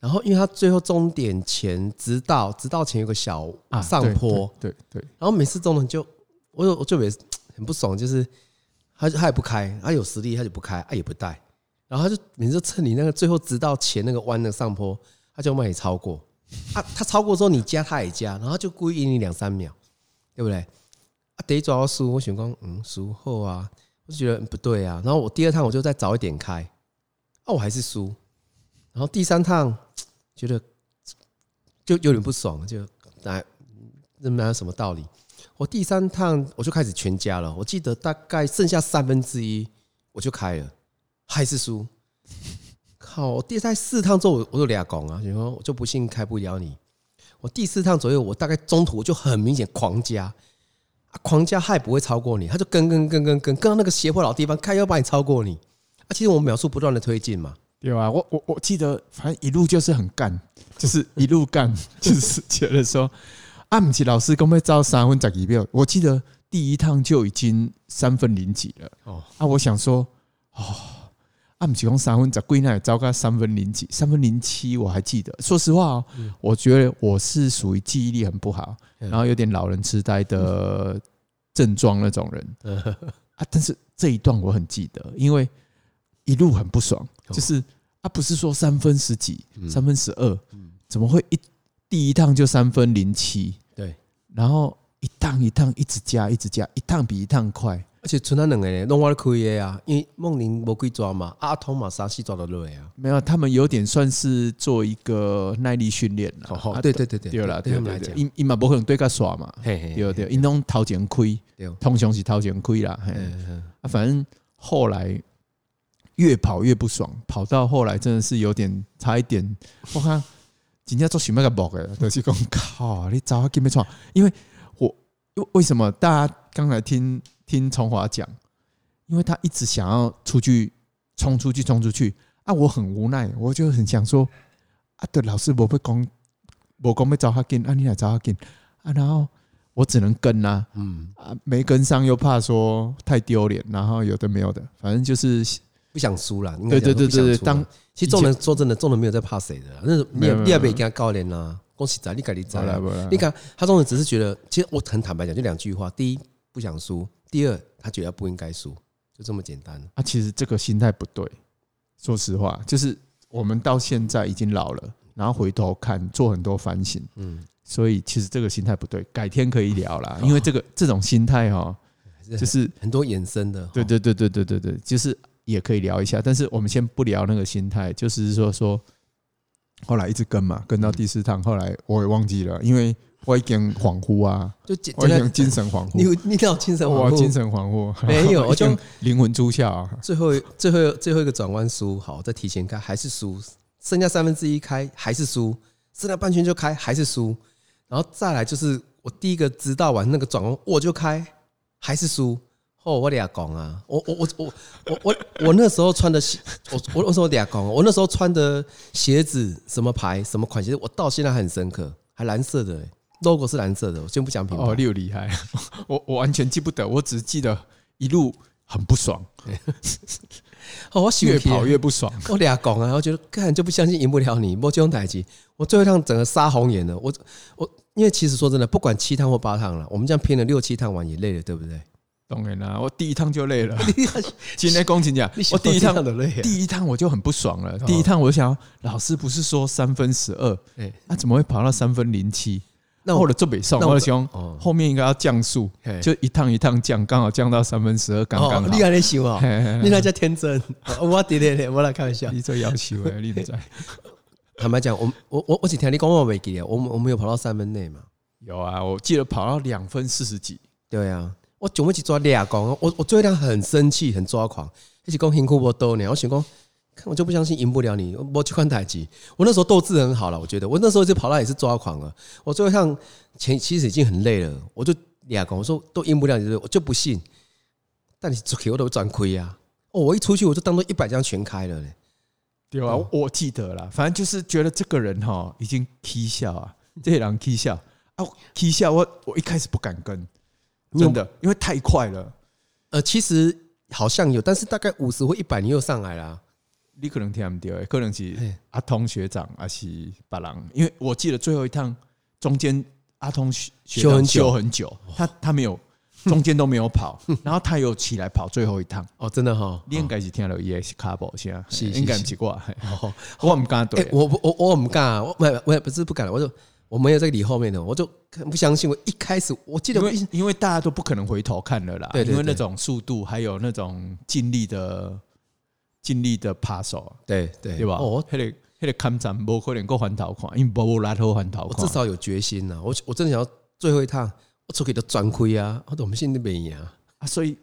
S3: 然后因为他最后终点前直到直到前有个小啊上坡，，
S2: 啊对对对
S3: 然后每次中了就我有我就也是很不爽，就是他他也不开，他有实力他就不开，他也不带，然后他就每次就趁你那个最后直到前那个弯的上坡，他就把你超过，啊，他超过之后你加他也加，然后他就故意赢你两三秒，对不对？啊，第一抓到输，我想讲嗯输后啊，我就觉得嗯不对啊，然后我第二趟我就再早一点开，啊我还是输，然后第三趟觉得就有点不爽，就来那哪有什么道理？我第三趟我就开始全加了，我记得大概剩下三分之一我就开了，还是输。靠！我第三四趟之后我我就俩拱啊，然后我就不信开不了你。我第四趟左右，我大概中途我就很明显狂加，啊、狂加还不会超过你，他就跟跟跟跟跟跟到那个斜坡老地方，开要把你超过你。啊，其实我们秒数不断的推进嘛，
S2: 对啊，我我我记得，反正一路就是很干，就是一路干， 就是觉得说，啊，不是老师公会招三分十一秒，我记得第一趟就已经三分零几了。
S3: 哦
S2: 哦， 啊，我想说，哦，啊，不是讲三分十几，那也招个三分零几，三分零七我还记得。说实话哦，我觉得我是属于记忆力很不好，
S3: 嗯
S2: 然后有点老人痴呆的症状那种人。啊，但是这一段我很记得，因为一路很不爽，
S3: 哦
S2: 就是啊，不是说三分十几
S3: 嗯，
S2: 三分十二，怎么会一第一趟就三分零七？
S3: 对，
S2: 然后一趟一趟一直加，一直加，一趟比一趟快。
S3: 而且存他两个人弄我的亏的啊，因为梦玲无几抓嘛，阿通嘛三四抓到落啊。
S2: 没有，他们有点算是做一个耐力训练了。
S3: 哦，
S2: 啊
S3: 对对对对，
S2: 对啦，对
S3: 对他们
S2: 对
S3: 来
S2: 对
S3: 讲，，
S2: 因因嘛不可能对个耍嘛，
S3: 嘿嘿
S2: 对
S3: 嘿
S2: 对，因拢掏钱亏，
S3: 对，
S2: 通常是掏钱亏啦。嘿
S3: 嗯嗯，
S2: 啊，反正后来越跑越不爽，跑到后来真的是有点差一点，我看人家做什么个木的，啊就是讲靠，你啊早根本错，因为我为为什么大家刚才听听崇华讲，因为他一直想要出去冲出去冲出去啊，我很无奈，我就很想说啊，对老师我不讲，我讲要找他跟，啊你来找他跟啊，然后我只能跟啊。
S3: 嗯，
S2: 啊，没跟上又怕说太丢脸，然后有的没有的，反正就是
S3: 不想输啦，应该
S2: 对对对对
S3: 讲不想
S2: 对，
S3: 输啦
S2: 当
S3: 其实众人说真的，众人没有在怕谁的啦，那种你
S2: 没
S3: 也
S2: 有没有
S3: 你也别跟他高连啦，恭喜仔，你改你仔
S2: 好了
S3: 啦，
S2: 好了
S3: 你，看他众人只是觉得，其实我很坦白讲，就两句话，第一不想输，第二他觉得不应该输，就这么简单。
S2: 啊，其实这个心态不对，说实话，就是我们到现在已经老了，然后回头看做很多反省，
S3: 嗯，
S2: 所以其实这个心态不对，改天可以聊啦，因为这个这种心态哦，
S3: 还是
S2: 就是
S3: 很多衍生的，
S2: 对对对对对对对，就是也可以聊一下，但是我们先不聊那个心态，就是说说，后来一直跟嘛，跟到第四趟，后来我也忘记了，因为我已经恍惚啊，
S3: 就简
S2: 我已经
S3: 简单，
S2: 精神恍
S3: 你
S2: 惚，
S3: 你脑精神
S2: 我
S3: 恍
S2: 精
S3: 惚，
S2: 神恍惚，
S3: 没 有
S2: 已经
S3: 我就
S2: 灵魂出窍啊，
S3: 最后最后最后一个转弯输，好，再提前开还是输，剩下三分之一开还是输，剩下半圈就开还是输，然后再来就是我第一个直到完那个转弯我就开还是输。哦，我俩讲啊，我我我我我我我那时候穿的鞋，我我我说我俩讲，啊我那时候穿的鞋子什么牌什么款鞋，我到现在还很深刻，还蓝色的、欸、，logo 是蓝色的，我先不讲品牌。
S2: 哦，六厉害， 我我完全记不得，我只记得一路很不爽，
S3: 哦，我喜
S2: 越
S3: 欢
S2: 跑越不爽，
S3: 我俩讲啊，我觉得看就不相信赢不了你，莫这种代级。我最后一趟整个杀红眼了，我我因为其实说真的，不管七趟或八趟了，我们这样拼了六七趟完也累了，对不对？
S2: 当然啦，我第一趟就累 了，今天公请讲
S3: 你，
S2: 我第一趟
S3: 的累啊，
S2: 第一趟我就很不爽了，
S3: 哦
S2: 第一趟我就想，老师不是说三分十二，
S3: 哎
S2: 那怎么会跑到三分零七？
S3: 那
S2: 我
S3: 我
S2: 的做北上，
S3: 那我
S2: 我的想
S3: 哦
S2: 后面应该要降速
S3: 嘿，
S2: 就一趟一趟降，刚好降到三分十二，刚刚
S3: 哦
S2: 好。
S3: 你还在想啊
S2: 嘿嘿嘿？
S3: 你那叫天真，哦我对对对，我来开玩 笑。
S2: 你这要求哎，你不在
S3: 坦白讲，我我我我只听你讲我没记得，我们我们有跑到三分内嘛？
S2: 有啊，我记得跑到两分四十几，
S3: 对啊，我总会去抓俩公，我我最后一趟很生气，很抓狂，一起讲辛苦我斗呢，我想讲。看我就不相信赢不了你，我去看台机。我那时候斗志很好了，我觉得我那时候就跑到也是抓狂了。我最后一趟前其实已经很累了，我就俩公我说都赢不了你，我就不信。但你给我都转亏啊！哦，我一出去我就当做一百张全开了嘞。
S2: 对啊，我记得啦，反正就是觉得这个人哈已经 k 笑 啊，这些人 k 笑啊 k 笑，我我一开始不敢跟，真的，因为太快了，
S3: 呃，其实好像有，但是大概五十或一百你又上来啦。
S2: 你可能听唔到，可能是
S3: 嘿
S2: 阿通学长还是别人，因为我记得最后一趟中间阿通学学长
S3: 修很久
S2: 修很久，他他没 有中间都没有跑，然后他有起来跑最后一趟，
S3: 哦，真的哈、
S2: 你应该是听到伊是卡宝声，
S3: 是是
S2: 应该不是我，嘿
S3: 哦，
S2: 我唔敢
S3: 哎、
S2: 对，
S3: 我不我我很不敢、啊，我没有我也不是不敢，我就我没有在理后面的，我就很不相信。我一开始我记得
S2: 因
S3: 我
S2: 为
S3: 一
S2: 因为大家都不可能回头看了啦，
S3: 对对
S2: 因为那
S3: 对
S2: 种速度还有那种尽力的尽力的扒手，
S3: 对对
S2: 对吧？
S3: 哦，我
S2: 迄个迄个看展无可能够翻头看，啊因为无拉头翻头
S3: 我
S2: 看
S3: 至。少有决心呐、我我真的想要最后一趟，我出去都转亏啊，我怎么现在没赢啊？
S2: 啊，所以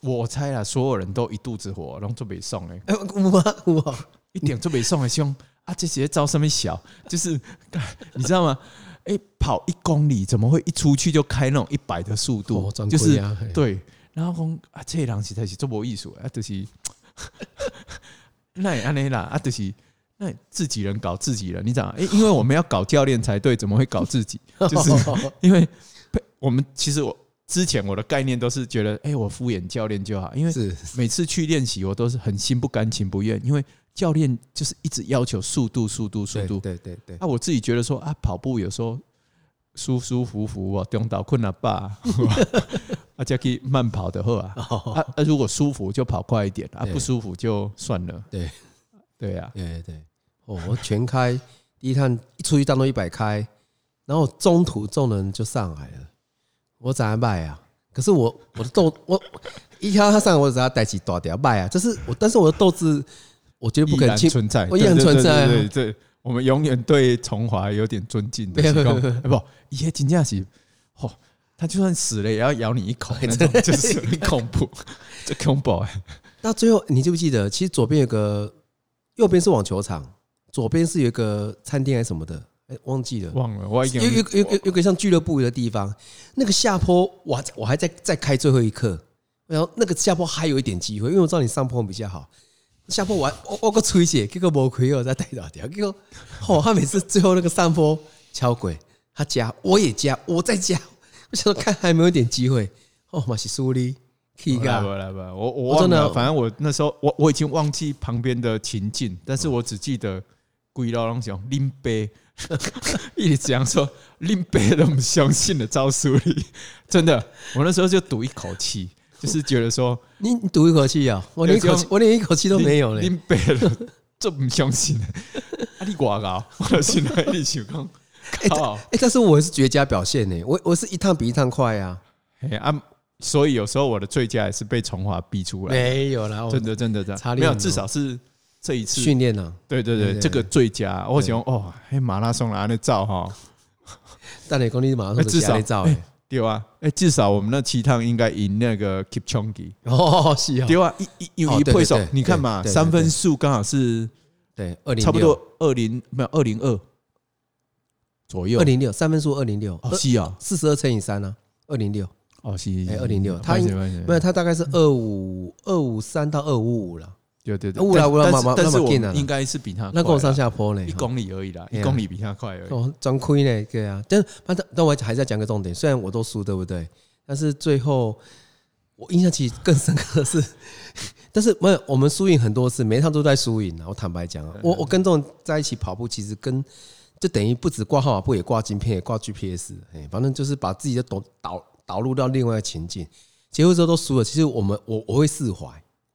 S2: 我猜啦，所有人都一肚子火，然后做北宋诶，
S3: 哎、有啊有啊，
S2: 一点做北宋诶凶啊，这些招上面小，就是 你知道吗？哎、跑一公里怎么会一出去就开那种一百的速度？
S3: 哦转
S2: 就
S3: 亏
S2: 是
S3: 啊嘿
S2: 对，然后讲啊，这人实在是做无艺术啊，就是 那也安尼啦啊，就是。那自己人搞自己人，你讲，哎、因为我们要搞教练才对，怎么会搞自 己？就是因为呸我们其实我之前我的概念都是觉得，哎、我敷衍教练就好，因为
S3: 是
S2: 每次去练习我都是很心不甘情不愿，因为教练就是一直要求速度、速度、速
S3: 对
S2: 度。
S3: 对对对，
S2: 啊，我自己觉得说啊，跑步有时候舒舒服服啊，中岛困了 吧，啊，再去慢跑的后啊，啊啊，如果舒服就跑快一点，啊，
S3: 哦对
S2: 不舒服就算了。
S3: 对
S2: 对啊，
S3: 对对对，哦，我全开第一趟一出去当做一百开，然后中途众人就上来了，我咋卖啊？可是我我的斗我一看到他上来，我只要带起大条卖啊，这是我，但是我的斗志我绝对
S2: 依
S3: 不可能
S2: 然
S3: 轻，
S2: 存在，
S3: 我依然
S2: 对对
S3: 存在啊
S2: 对对对，对我们永远对崇华有点尊敬的，
S3: 没有
S2: 就是讲
S3: 没有
S2: 哎不，一些金价是，哦，他就算死了也要咬你一 口，那种就是很恐怖， 这恐怖哎，
S3: 那最后你记不记得，其实左边有个，右边是网球场，左边是有一个餐厅还是什么的，哎、忘记了。
S2: 忘了，我已
S3: 有
S2: 经
S3: 有有有有个像俱乐部的地方，那个下坡，我还我还在在开最后一课，然后那个下坡还有一点机会，因为我知道你上坡比较好。下坡我还我我个吹血，结果没亏我再带到掉，结果哦，他每次最后那个上坡敲鬼，他加我也加，我再加，我想说看还有没有一点机会，哦，马西苏利，气
S2: 不来
S3: 噶，
S2: 吧来吧，我我
S3: 我
S2: 忘
S3: 哦真的
S2: 了，反正我那时候我我已经忘记旁边的情境，但是我只记得鬼佬让想拎杯， 一直讲说拎杯都不相信的招数里，真的，我那时候就赌一口气，就是觉得说。
S3: 你你赌一口气啊，我连一口气我连一口气都没有嘞
S2: 恁，爸了，这不相信的。 啊，你我搞，我就心内你想讲，
S3: 哎、但
S2: 靠
S3: 哎，但是我也是绝佳表现呢，我我是一趟比一趟快啊，
S2: 嘿啊，所以有时候我的最佳也是被从华逼出来的，
S3: 没有啦，我
S2: 真的真的真
S3: 差
S2: 的
S3: 点
S2: 没有，
S3: 了
S2: 至少是这一次，
S3: 训练啊，
S2: 对对
S3: 对
S2: 对，
S3: 对
S2: 这个最佳，我想哦，嘿马拉松啦，那照哈，
S3: 但你功力马上说
S2: 至少
S3: 压力照哎，
S2: 对啊，哎，至少我们那七趟应该赢那个 Kipchongi，
S3: 哦是啊，
S2: 对啊，一一有
S3: 哦
S2: 一
S3: 对对
S2: 配手
S3: 对，
S2: 你看嘛，
S3: 对对对
S2: 三分数刚好是
S3: 对，二零
S2: 差不多二零没有二零二左右，
S3: 二零六三分数二零六，
S2: 哦是啊，
S3: 四十二乘以三呢，二零六，
S2: 哦是
S3: 哎206他应没
S2: 没
S3: 有，他大概是二五二五三到二五五了，
S2: 对对对，
S3: 有啦有啦
S2: 但
S3: 嘛
S2: 但是
S3: 嘛
S2: 但
S3: 那
S2: 是
S3: 么
S2: 我
S3: 近啊
S2: 们应该是比他
S3: 那跟
S2: 快
S3: 我
S2: 啦
S3: 上下坡呢，
S2: 一公里而已啦，
S3: 哎呀
S2: 一公里比他快而已。
S3: 哦，装亏呢，对啊。但是，但但我还在讲个重点，虽然我都输，对不对？但是最后我印象其实更深刻的是，但是没有我们输赢很多次，每一趟都在输赢啊。我坦白讲
S2: 嗯
S3: 啊，我我跟这种在一起跑步，其实跟就等于不止挂号码布，也挂晶片，也挂 GPS，哎，反正就是把自己的导导导入到另外一个情境。结束之后都输了，其实我们我我会释怀，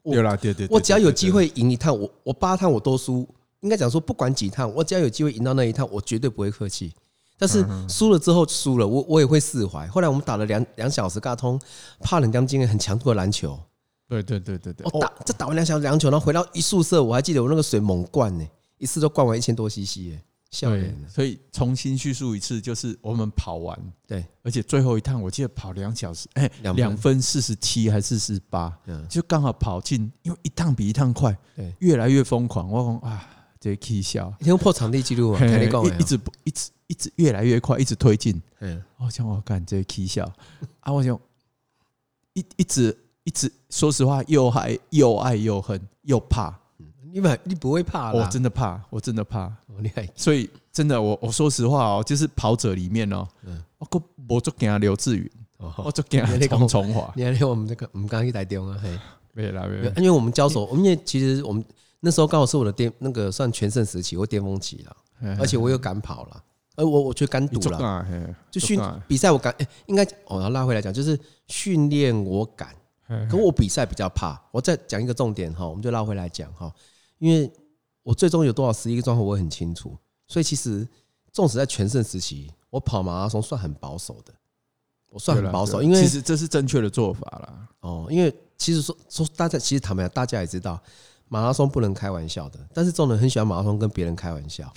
S3: 我
S2: 有啦，对对，对
S3: 我只要有机，
S2: 对对
S3: 会赢一趟，我我八趟我都输，应该讲说不管几趟，我只要有机会赢到那一趟，我绝对不会客气。但
S2: 嗯
S3: 是输了之后输了，我我也会释怀。后来我们打了两两小时尬通，怕冷江今天很强度的篮球，
S2: 对对对对对
S3: 我、，打这打完两小时篮球，然后回到一宿舍，我还记得我那个水猛灌呢、一次都灌完一千多 CC 耶、笑
S2: 对
S3: 人，
S2: 所以重新叙述一次，就是我们跑完，
S3: 对，
S2: 而且最后一趟我记得跑两小时，哎，
S3: 两分
S2: 两分四十七还是四十八，
S3: 嗯，
S2: 就刚好跑进，因为一趟比一趟快，
S3: 对，
S2: 越来越疯狂，我讲啊，这气笑，
S3: 一天破场地纪录嘛，凯利讲
S2: 嘿
S3: 的啊
S2: 一一直不一直一直越来越快，一直推进，哦
S3: 嗯
S2: 我想我干这气 笑，啊，我想一一直一直，说实话，又爱又爱又恨又怕，
S3: 你不你不会怕
S2: 我
S3: 啦，
S2: 真的怕，我真的怕，
S3: 哦你还
S2: 所以真的，我我说实话哦，就是跑者里面哦，
S3: 嗯
S2: 我我我就给他刘志云，我
S3: 哦，
S2: 就给他
S3: 你在讲
S2: 从从华，
S3: 你还连我们这个我们刚刚去台中啊，嘿。
S2: 没啦没
S3: 没有
S2: 啦，
S3: 因为我们交手，因为其实我们那时候刚好是我的巅那个算全盛时期或巅峰期了，而且我又敢跑了，而我我去敢
S2: 哎你
S3: 赌了，
S2: 啊，嘿
S3: 就训
S2: 很敢
S3: 比赛我敢，哎应该我要拉回来讲，就是训练我敢，
S2: 嘿
S3: 可我比赛比较怕。我再讲一个重点哈，我们就拉回来讲哈，因为我最终有多少十一个庄头我很清楚，所以其实纵使在全盛时期，我跑马拉松算很保守的，我算
S2: 对
S3: 很
S2: 啦
S3: 保守，
S2: 对
S3: 因
S2: 啦
S3: 为
S2: 其实这是正确的做法啦，
S3: 哦，因为其实说说大家其实坦白讲，大家也知道马拉松不能开玩笑的，但是这种人很喜欢马拉松跟别人开玩笑，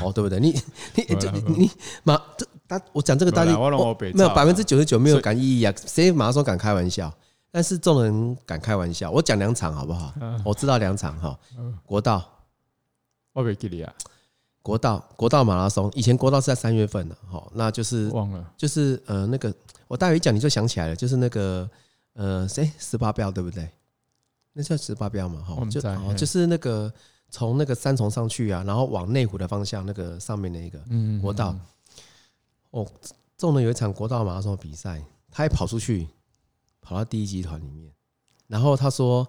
S3: 哦，对不对？你你
S2: 对啊
S3: 就你
S2: 对啊
S3: 你马这大我讲这个大
S2: 对
S3: 家哦
S2: 啦我让我北
S3: 没有
S2: 照
S3: 百分之九十九没有
S2: 所以
S3: 敢异议啊，谁马拉松敢开玩笑？但是这种人敢开玩笑，我讲两场好不好？
S2: 嗯
S3: 我知道两场哈，国道
S2: 我北给你啊，
S3: 国道国道马拉松，以前国道是在三月份的，哈，那就是
S2: 忘了，
S3: 就是呃那个，我大概一讲你就想起来了，就是那个呃谁十八标对不对？那叫十八标嘛，
S2: 我
S3: 哈，
S2: 不
S3: 就
S2: 知道
S3: 哦
S2: 嘿
S3: 就是那个从那个三重上去啊，然后往内湖的方向那个上面那个
S2: 嗯
S3: 国道，哦，中了有一场国道马拉松的比赛，他还跑出去，跑到第一集团里面，然后他说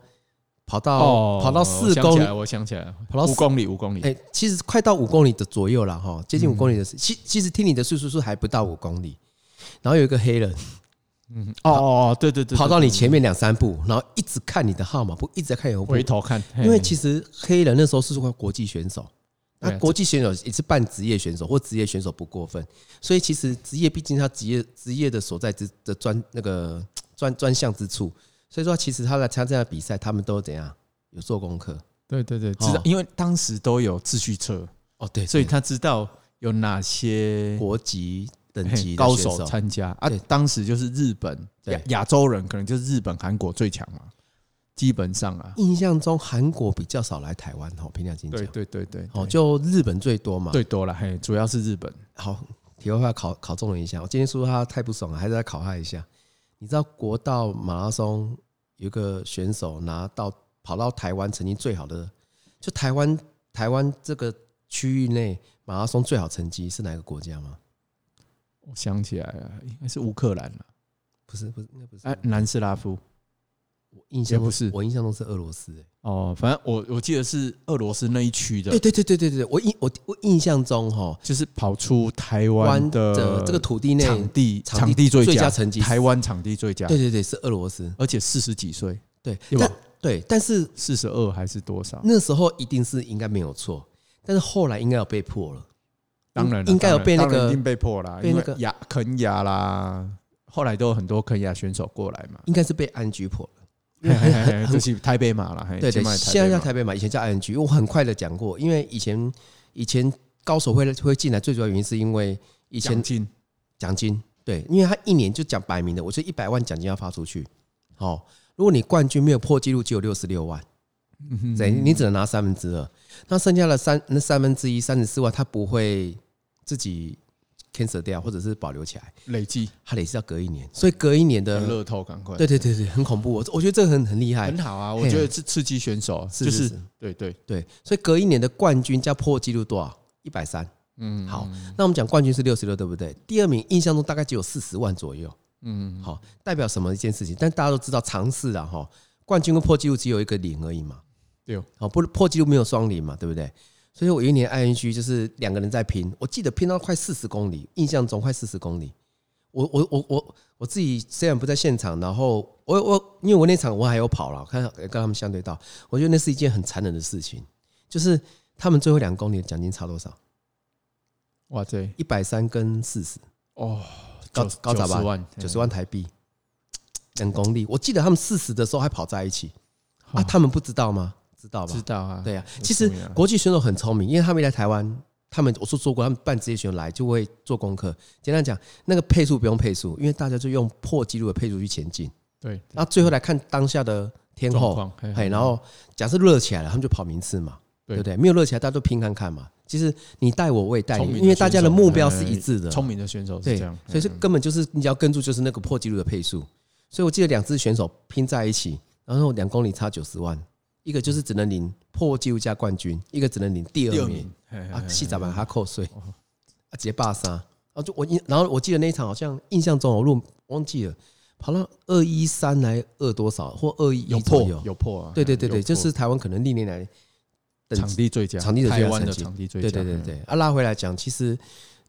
S3: 跑到、哦跑到四公里，
S2: 哦我想起来了，我想起
S3: 跑
S2: 来
S3: 到
S2: 了，
S3: 四
S2: 五公里，五公
S3: 哎、
S2: 里，
S3: 其实快到五公里的左右了哈，接近五公里的
S2: 嗯
S3: 时，其、其实听你的叙述是还不到五公里，然后有一个黑人。
S2: 嗯，哦哦，哦对对对，
S3: 跑到
S2: 对
S3: 你前面两三步，然后一直看你的号码簿，一直在看你的
S2: 回
S3: 步。
S2: 头看，
S3: 因为
S2: 嘿
S3: 其实黑人那时候是国际选手，那
S2: 对啊
S3: 国际选手也是半职业选手或职业选手不过分，所以其实职业毕竟他职业职业的所在之的专那个专专项之处，所以说其实他来参加比赛，他们都怎样有做功课
S2: 对对对，知
S3: 哦
S2: 道，因为当时都有秩序册，
S3: 哦，对，
S2: 所以他知道有哪些
S3: 国籍等
S2: 嘿
S3: 级的
S2: 高
S3: 选
S2: 手参加啊
S3: 对，
S2: 当时就是日本
S3: 对
S2: 亚亚洲人，可能就是日本、韩国最强嘛，基本上啊，
S3: 印象中韩国比较少来台湾哦，凭良心讲
S2: 对，对对对，对
S3: 哦，就日本最多嘛，
S2: 最多了，嘿，主要是日本，
S3: 好，题外话考考中了一下，我今天说他太不爽了，还是来考他一下。你知道国道马拉松有一个选手拿到跑到台湾成绩最好的，就台湾台湾这个区域内马拉松最好成绩是哪个国家吗？
S2: 我想起来了，应该是乌克兰了，
S3: 不是，不是，应该不是。
S2: 哎，南斯拉夫
S3: 我印
S2: 也
S3: 象
S2: 不是
S3: 我印象中是俄罗斯、欸。
S2: 哦，反正我我记得是俄罗斯那一区的
S3: 对，对对对对对，我印我我印象中哈，
S2: 就是跑出台
S3: 湾
S2: 湾
S3: 的这个土地内，
S2: 场地
S3: 场地
S2: 场地最
S3: 最佳
S2: 佳
S3: 成绩
S2: 台湾场地最佳
S3: 对，对对，是俄罗斯。
S2: 而且四十几岁，
S3: 对，
S2: 有吧
S3: 但对，但是
S2: 四十二还是多少？
S3: 那时候一定是应该没有错，但是后来应该有被破了。
S2: 当然啦
S3: 应该有
S2: 当然
S3: 被那
S2: 当然
S3: 个
S2: 一定被迫啦，
S3: 被
S2: 因
S3: 那
S2: 为
S3: 个
S2: 牙肯牙啦，后来都有很多肯亚选手过来 嘛，
S3: 应该是被安局破了。因
S2: 嘿
S3: 为
S2: 嘿
S3: 很
S2: 嘿
S3: 很
S2: 这是台北马了，嘿
S3: 对
S2: 金
S3: 对，
S2: 马
S3: 现在叫
S2: 马
S3: 台北嘛，以前叫 ING。因为我很快的讲过，因为以前以前高手会会进来，最主要原因是因为以前
S2: 奖金，
S3: 奖金，对，因为他一年就讲摆明的，我就一百万奖金要发出去。好、如果你冠军没有破纪录，只有六十六万，
S2: 嗯哼
S3: 对，你只能拿三分之二。那剩下的三那三分之一三十四万，他不会自己 cancel 掉，或者是保留起来，
S2: 累积
S3: 他得是要隔一年。所以隔一年
S2: 很
S3: 的，
S2: 乐透，赶快，
S3: 对对对对，很恐怖。我我觉得这个很很厉害
S2: 很，好啊，
S3: 嘿
S2: 我觉得是刺激选手，
S3: 是
S2: 就是是
S3: 是
S2: 对对，
S3: 对。所以隔一年的冠军加破纪录多少？一百三。
S2: 嗯，
S3: 好，那我们讲冠军是六十六，对不对？第二名印象中大概只有四十万左右。
S2: 嗯，
S3: 好，代表什么一件事情？但大家都知道，尝试啊，哈，冠军跟破纪录只有一个零而已嘛。
S2: 对哦，
S3: 好，不破纪录没有双零嘛，对不对？所以我有一年 ING 就是两个人在拼，我记得拼到快四十公里，印象中快四十公里。我我我我我自己虽然不在现场，然后我我因为我那场我还有跑了，看跟他们相对到，我觉得那是一件很残忍的事情，就是他们最后两公里的奖金差多少？
S2: 哇塞，
S3: 一百三跟四十，
S2: 哦，
S3: 高
S2: 九
S3: 高
S2: 九
S3: 咋
S2: 十
S3: 办
S2: 万，
S3: 九十万台币，两公里。我记得他们四十的时候还跑在一起
S2: 好
S3: 啊，他们不知道吗？知道
S2: 哦
S3: 吧
S2: 知？道啊，
S3: 对啊，
S2: 有
S3: 其
S2: 什
S3: 实
S2: 么呀
S3: 国际选手很聪明，因为他们一来台湾，他们我说做过，他们办职业选手来就会做功课。简单讲，那个配速不用配速，因为大家就用破纪录的配速去前进，
S2: 对
S3: 那最后来看当下的天
S2: 状
S3: 后。
S2: 况，嘿
S3: 哎，然后假设热起来了，他们就跑名次嘛，
S2: 对
S3: 对不对？没有热起来，大家都拼看看嘛。其实你带我，我也带
S2: 聪明
S3: 你，
S2: 的
S3: 因为大家的
S2: 选手
S3: 目标是
S2: 哎
S3: 一致的。
S2: 聪明的选手是
S3: 对
S2: 这样，
S3: 所以是
S2: 嗯
S3: 根本就是你只要跟住就是那个破纪录的配速。所以我记得两支选手拼在一起，然后两公里差九十万，一个就是只能领破纪录加冠军，一个只能领
S2: 第
S3: 第二
S2: 二
S3: 名
S2: 名，嘿嘿
S3: 啊
S2: 嘿，
S3: 气咋把他扣税
S2: 哦
S3: 啊，直接霸杀。然后就我印，然后我记得那一场好像印象中我录忘记了，跑到二一三来二多少或二一
S2: 有
S3: 一左
S2: 破
S3: 右。
S2: 有破啊，
S3: 对对对对，
S2: 有破
S3: 就是台湾可能历年来等
S2: 场地最佳，
S3: 场地的最佳
S2: 台湾的
S3: 成绩
S2: 场地最佳，
S3: 对对对
S2: 嗯，
S3: 对，啊，拉回来讲，其实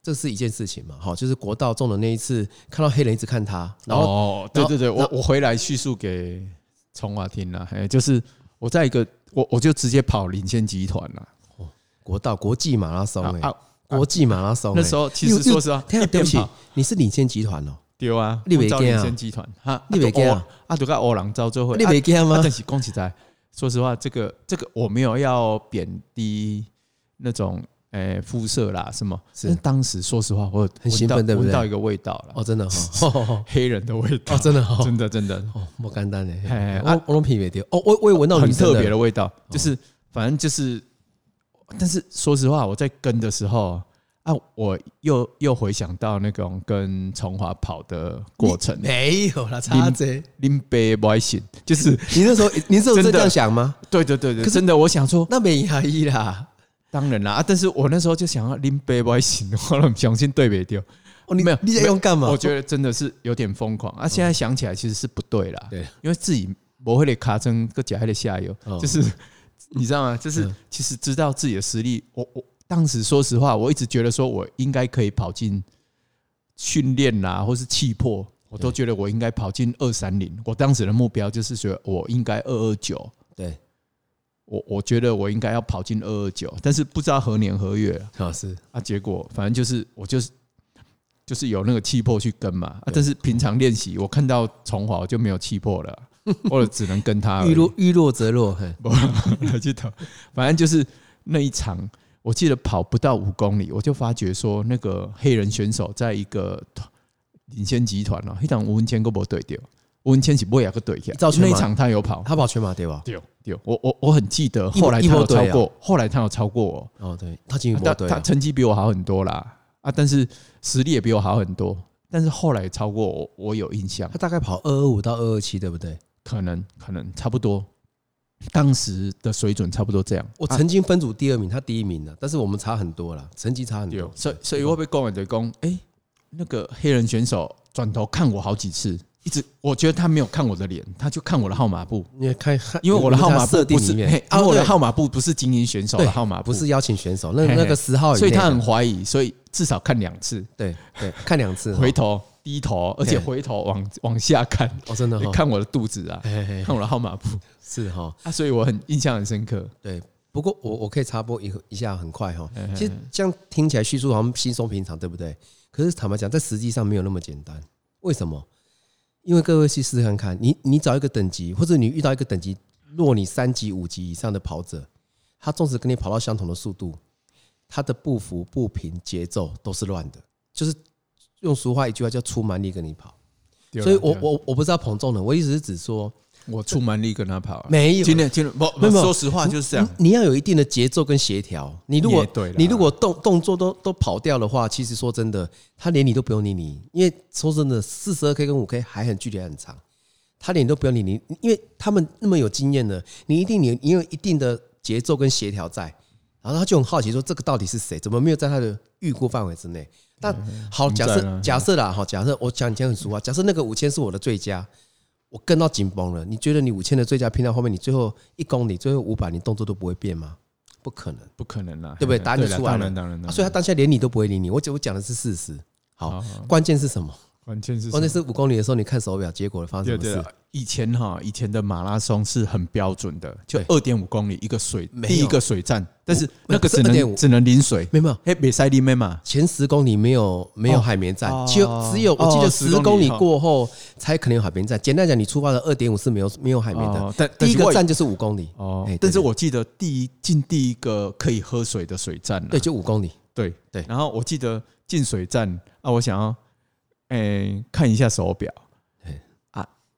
S3: 这是一件事情嘛，哈，就是国道中的那一次，看到黑人一直看他，然后
S2: 哦，对
S3: 然后
S2: 对对，我
S3: 然
S2: 我回来叙述给崇华听了，哎，就是我在一个我我就直接跑领先集团了，
S3: 国道国际马拉松
S2: 啊
S3: 哎、
S2: 啊，
S3: 国际马拉松、欸，
S2: 那时
S3: 候
S2: 候其实说实话，
S3: 天啊，
S2: 一
S3: 对
S2: 边
S3: 不起
S2: 跑，
S3: 你是领先集团哦，
S2: 对啊，
S3: 你
S2: 我
S3: 袂
S2: 走
S3: 惊
S2: 领
S3: 啊
S2: 先集团哈，
S3: 你袂惊啊
S2: 啊，都跟欧郎招最后，
S3: 你
S2: 啊
S3: 没看
S2: 啊
S3: 吗
S2: 但？是恭喜仔，说实话，这个这个我没有要贬低那种诶肤色啦什么，
S3: 是
S2: 但当时说实话，我有
S3: 很兴奋
S2: 闻到
S3: 对不对
S2: 闻到一个味道了，
S3: 哦，真的哈、哦，
S2: 黑人的味道
S3: 哦，，真的哈、哦，
S2: 真的真的
S3: 哦，莫干单
S2: 嘿
S3: 哎
S2: 嘿，
S3: 我
S2: 啊
S3: 我拢品味掉，哦，我我也闻到
S2: 很
S3: 女生
S2: 特别
S3: 了，
S2: 的哦味道，就是反正就是，但是说实话，我在跟的时候。啊，我又又回想到那种跟崇华跑的过程，
S3: 没有啦，差这，
S2: 林北不爱信，就是
S3: 你那时候你那时候
S2: 真的
S3: 真这样想吗？
S2: 对对对对，
S3: 可是
S2: 真的，我想说，
S3: 那没压抑啦，
S2: 当然啦，啊但是我那时候就想要拎杯外形，我很相信对比掉。
S3: 哦，你
S2: 没有
S3: 你在用干嘛？
S2: 我觉得真的是有点疯狂啊！现在想起来其实是不对啦，
S3: 对，
S2: 因为自己不会的卡针个脚还得下游，
S3: 哦
S2: 就是你知道吗？就是
S3: 嗯
S2: 其实知道自己的实力，我我当时说实话，我一直觉得说我应该可以跑进训练啦，或是气魄，我都觉得我应该跑进二三零。我当时的目标就是觉得我应该二二九，
S3: 对，
S2: 我我觉得我应该要跑进二二九，但是不知道何年何月啊
S3: 啊是，
S2: 啊，结果反正就是我就是就是有那个气魄去跟嘛，啊
S3: 对
S2: 但是平常练习我看到崇华我就没有气魄了 啊，或者只能跟他而已
S3: 遇弱遇弱则弱，嘿，
S2: 不去投，反正就是那一场，我记得跑不到五公里，我就发觉说那个黑人选手在一个领先集团哦，那场吴文谦都没对掉，吴文谦是不也个对掉
S3: 赵，全
S2: 那一
S3: 吗
S2: 场他有跑，
S3: 他跑全马对吧？
S2: 对对，我我我很记得，
S3: 一
S2: 后来他
S3: 一
S2: 有
S3: 波对
S2: 超
S3: 啊
S2: 过，后来他有超过我，
S3: 哦，对，他进一步
S2: 他
S3: 对
S2: 他成绩比我好很多啦，啊，但是实力也比我好很多，但是后来超过我，我有印象
S3: 他，大概跑二二五到二二七，对不对？
S2: 可能可能差不多，当时的水准差不多这样。
S3: 我
S2: 啊
S3: 曾经分组第二名，他第一名了，但是我们差很多了，成绩差很
S2: 对哦
S3: 多，。
S2: 所以所以我被公安的讲，哎、那个黑人选手转头看我好几次，一直我觉得他没有看我的脸，他就看我的号码布，
S3: 你看，
S2: 因为我的号码布
S3: 设定
S2: 不是
S3: 里，
S2: 嘿
S3: 面，哦
S2: 因为我的
S3: 对
S2: 号码布不是精英选手的
S3: 对哦
S2: 号码布，
S3: 不是邀请选手，那
S2: 嘿嘿
S3: 那个十号以内的，
S2: 所以他很怀疑，所以至少看两次，
S3: 对对，看两次哦
S2: 回头低头，而且回头往往下看，
S3: 哦，真的哈，
S2: 看我的肚子啊，
S3: 嘿嘿 嘿
S2: 看我的号码布
S3: 是哈，
S2: 啊，所以我很印象很深刻。
S3: 对。不过我我可以插播一一下，很快哈。其实这样听起来叙述好像稀松平常，对不对？可是坦白讲，在实际上没有那么简单。为什么？因为各位去试试看看，你你找一个等级，或者你遇到一个等级落你三级、五级以上的跑者，他纵使跟你跑到相同的速度，他的步幅、步频、节奏都是乱的，就是用俗话一句话叫出蛮力跟你跑。
S2: 对啦
S3: 所以我
S2: 对啦啊
S3: 我我不知道彭总的，我意思是指说
S2: 我出蛮力跟他跑啊，
S3: 没有
S4: 今天今天不
S3: 没
S4: 不，
S3: 有
S4: 说实话就是这样。
S3: 你你要有一定的节奏跟协调。你如果
S2: 也对啦
S3: 你如果动动作都都跑掉的话，其实说真的，他连你都不用理你，因为说真的，四十二 K 跟五 K 还很距离还很长，他连你都不用理你，因为他们那么有经验的，你一定你你有一定的节奏跟协调在，然后他就很好奇说这个到底是谁，怎么没有在他的预估范围之内？但好，
S2: 很
S3: 假
S2: 赞啊
S3: 设假设啦，哈，假设我讲讲很俗啊，假设那个五千是我的最佳，我跟到紧绷了。你觉得你五千的最佳拼到后面，你最后一公里、最后五百，你动作都不会变吗？不可能，
S2: 不可能啦，
S3: 对不对
S2: 嘿
S3: 答案就
S2: 啦
S3: 出来
S2: 当
S3: 了
S2: 然当然，当
S3: 啊
S2: 然
S3: 所以他当下连你都不会理你。我讲我讲的是事实，
S2: 好
S3: 好，
S2: 嗯好
S3: 关键是什么？
S2: 关键是什么
S3: 关键是五公里的时候，你看手表，结果发生
S2: 对
S3: 什
S2: 对啊
S3: 么事？
S2: 了，以前哈，以前的马拉松是很标准的，就
S3: 对
S2: 二点五公里一个水，
S3: 没有哦
S2: 第一个水站，但是那个
S3: 不是
S2: 只能
S3: 2.5
S2: 只能淋水，
S3: 没有没有，
S2: 嘿，比赛里面嘛，
S3: 前十公里没有没有
S2: 哦
S3: 海绵站，
S2: 哦
S3: 只有只有我记
S2: 哦
S3: 得
S2: 10
S3: 十
S2: 公
S3: 公
S2: 里
S3: 里
S2: 哈
S3: 过后才可能有海绵站。简单讲，你出发的二点五是没有没有海绵的
S2: 哦，但
S3: 第一
S2: 但是
S3: 个
S2: 我
S3: 站就是五公里，
S2: 哦
S3: 哎对，
S2: 但是
S3: 对
S2: 我记得第一进第一个可以喝水的水站啦，啊
S3: 对，就五公里。
S2: 对
S3: 对
S2: 然后我记得进水站啊，我想要诶看一下手表，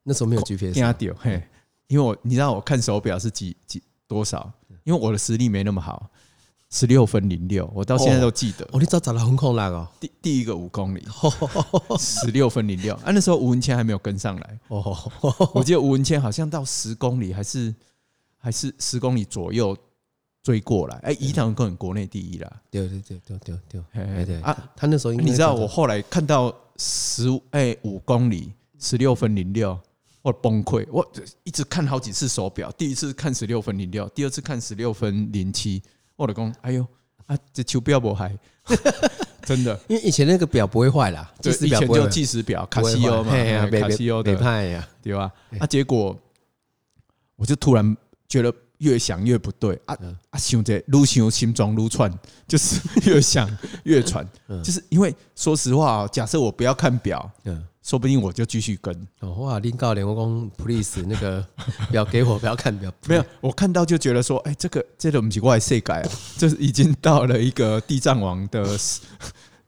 S3: 那时候没
S2: 哦
S3: 嗯有 GPS，
S2: 惊掉嘿，因为我你知道我看手表是几几多少，
S3: 嗯
S2: 因为我的实力没那么好，十六分零六，我到现在都记得。
S3: 哦，你早找了红空啦哦，
S2: 第第一个五 公里，十六分零六啊，那时候吴文谦还没有跟上来，
S3: 哦，
S2: 我记得吴文谦好像到十公里还是还是十公里左右追过来，哎、伊朗可能国内第一啦，
S3: 对对对对对对，
S2: 嘿
S3: 哎对
S2: 啊
S3: 啊，他那时候应该
S2: 你知道
S3: 早
S2: 我后来看到十哎五公里十六分零六，我崩溃，我一直看好几次手表，第一次看十六分零六，第二次看十六分零七，我就讲，哎呦啊，这手表不还， 真的。
S3: 因为以前那个表不会坏啦，
S2: 对，
S3: 计时
S2: 以
S3: 表
S2: 前
S3: 不会
S2: 就
S3: 坏，
S2: 计时表，卡
S3: 不会坏
S2: 西欧嘛，
S3: 嘿呀
S2: 哎，卡西欧的
S3: 北派呀，
S2: 对吧？啊，结果我就突然觉得越想越不对啊
S3: 嗯
S2: 啊，想着越想心中越串， 就是越想越喘，
S3: 嗯
S2: 就是因为说实话哦，假设我不要看表，
S3: 嗯，
S2: 说不定我就继续跟。
S3: 哦哇，林高连我公 please 那个 表给我，不要看表，
S2: 没有，我看到就觉得说，哎、这个这种奇怪世界啊， 就是已经到了一个地藏王的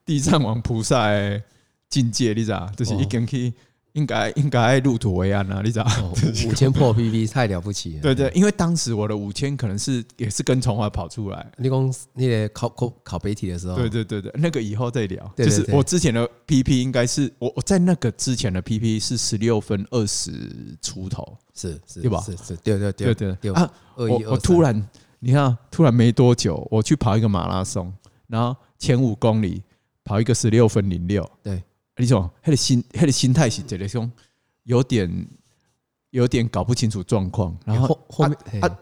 S2: 地藏王菩萨的境界，你知道？就是已经去应该应该入土为安啊，你知道？
S3: 哦，五千破 PV 太了不起了，
S2: 对对，因为当时我的五千可能是也是跟从华跑出来，
S3: 你讲那个考考考北体的时候，
S2: 对对对对，那个以后再聊。
S3: 哦对
S2: 就
S3: 对
S2: 是
S3: 对
S2: 我之前的 PP 应该是我我在那个之前的 PP 是十六分二十出头，
S3: 是是
S2: 对吧
S3: 是是，对对
S2: 对
S3: 对
S2: 对
S3: 对
S2: 啊！
S3: 二
S2: 我
S3: 一二
S2: 我
S3: 三
S2: 突然你看啊，突然没多久，我去跑一个马拉松，然后前五公里跑一个十六分零六，啊
S3: 对，
S2: 你种他的心他的心态是这个种有点有点搞不清楚状况，然后
S3: 哎后后面
S2: 啊啊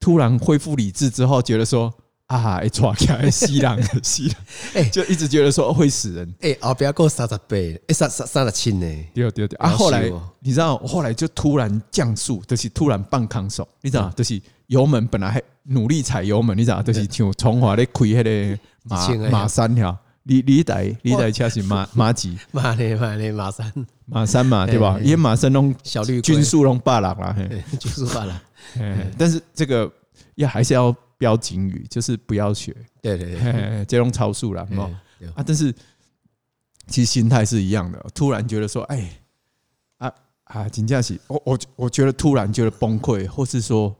S2: 突然恢复理智之后，觉得说啊，哎，抓起来西 朗西朗，
S3: 哎
S2: 就一直觉得说会死人。
S3: 哎，后边够三十倍，哎三三三十七呢，
S2: 对对对啊！
S3: 要死
S2: 后来
S3: 我
S2: 你知道，我后来就突然降速，就是突然半康手，你知道，
S3: 嗯
S2: 就是油门本来还努力踩油门，你知道，就是像从华咧开迄个马
S3: 一千个
S2: 马三条，你你台你台车是马马几
S3: 妈嘞妈嘞马三
S2: 马三嘛，
S3: 嘿
S2: 对吧？
S3: 嘿
S2: 因为马三拢
S3: 小绿龟
S2: 均速拢霸郎啦，嘿
S3: 对 就是罢了。
S2: 嘿但是这个要还是要标警语，就是不要学，
S3: 对对哎
S2: 嘿
S3: 对，
S2: 嘿这种超速啦，哦。
S3: 对
S2: 啊，但是其实心态是一样的。突然觉得说，哎、啊啊，金佳喜，我我我觉得突然觉得崩溃，或是说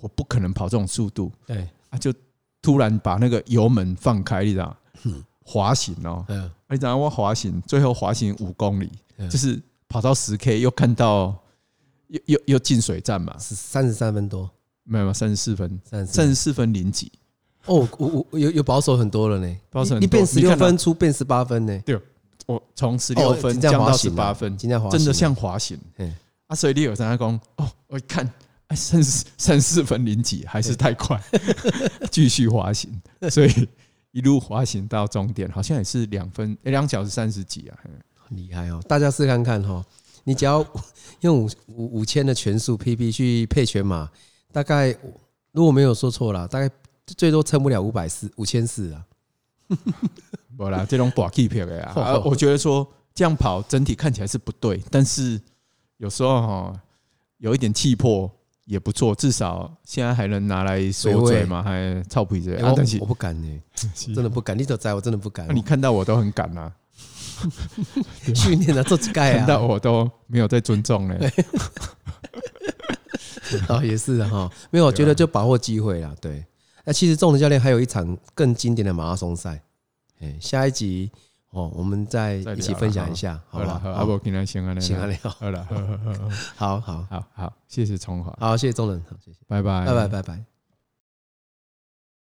S2: 我不可能跑这种速度
S3: 对，
S2: 啊，就突然把那个油门放开，你知道？滑行哦，
S3: 嗯，
S2: 啊你知道我滑行，最后滑行五公里，
S3: 嗯
S2: 就是跑到十 K 又看到又又又进水站嘛，
S3: 是三十三分多，
S2: 没有三十四分，
S3: 三十
S2: 三十四分零几，
S3: 哦，我我有有保守很多了呢，
S2: 保守很多
S3: 你你变十
S2: 你
S3: 六
S2: 看啊
S3: 分出变十八分呢，
S2: 我从十六分
S3: 哦
S2: 降到十
S3: 今天
S2: 八
S3: 滑行啊
S2: 分，
S3: 今天滑行啊
S2: 真的像滑行
S3: 嗯。
S2: 啊，所以你有三公哦，我一看，哎，三十三四分零几，还是太快， 继续滑行，所以一路滑行到终点，好像也是两分哎两、小时三十几啊。嗯
S3: 很厉害哦，大家试看看哈、哦，你只要 用五五五千的全速 PB 去配全马，大概如果没有说错啦，大概最多撑不了五百四五千四啊，，
S2: 不啦，这种短 keep 的啊 啊我觉得说这样跑整体看起来是不对，但是有时候哈有一点气魄也不错，至少现在还能拿来说嘴嘛，还操皮之类
S3: 哎
S2: 啊。
S3: 我
S2: 但是啊
S3: 我不敢呢，
S1: 真
S3: 真的不敢。你都在，我真的不敢
S2: 那。你看到我都很敢啊，
S3: 训练啊，做几盖
S2: 看到
S3: 啊？
S2: 我都没有在尊重 嘞。
S3: 哦，也是哈、 没有，
S2: 啊
S3: 我觉得就把握机会啦。对，那其实众人教练还有一场更经典的马拉松赛，哎，下一集哦，我们再
S2: 再聊
S3: 一起
S2: 了
S3: 分享
S2: 哈
S3: 一下，好
S2: 好
S3: 不
S2: 了，
S3: 好？
S2: 阿伯今天先啊，
S3: 行啊，
S2: 嘞，
S3: 聊，
S2: 好了，好好好
S3: 好好
S2: 好好，谢谢崇华，
S3: 好，谢谢众人，好，谢谢，
S2: 拜拜，
S3: 拜拜，拜拜。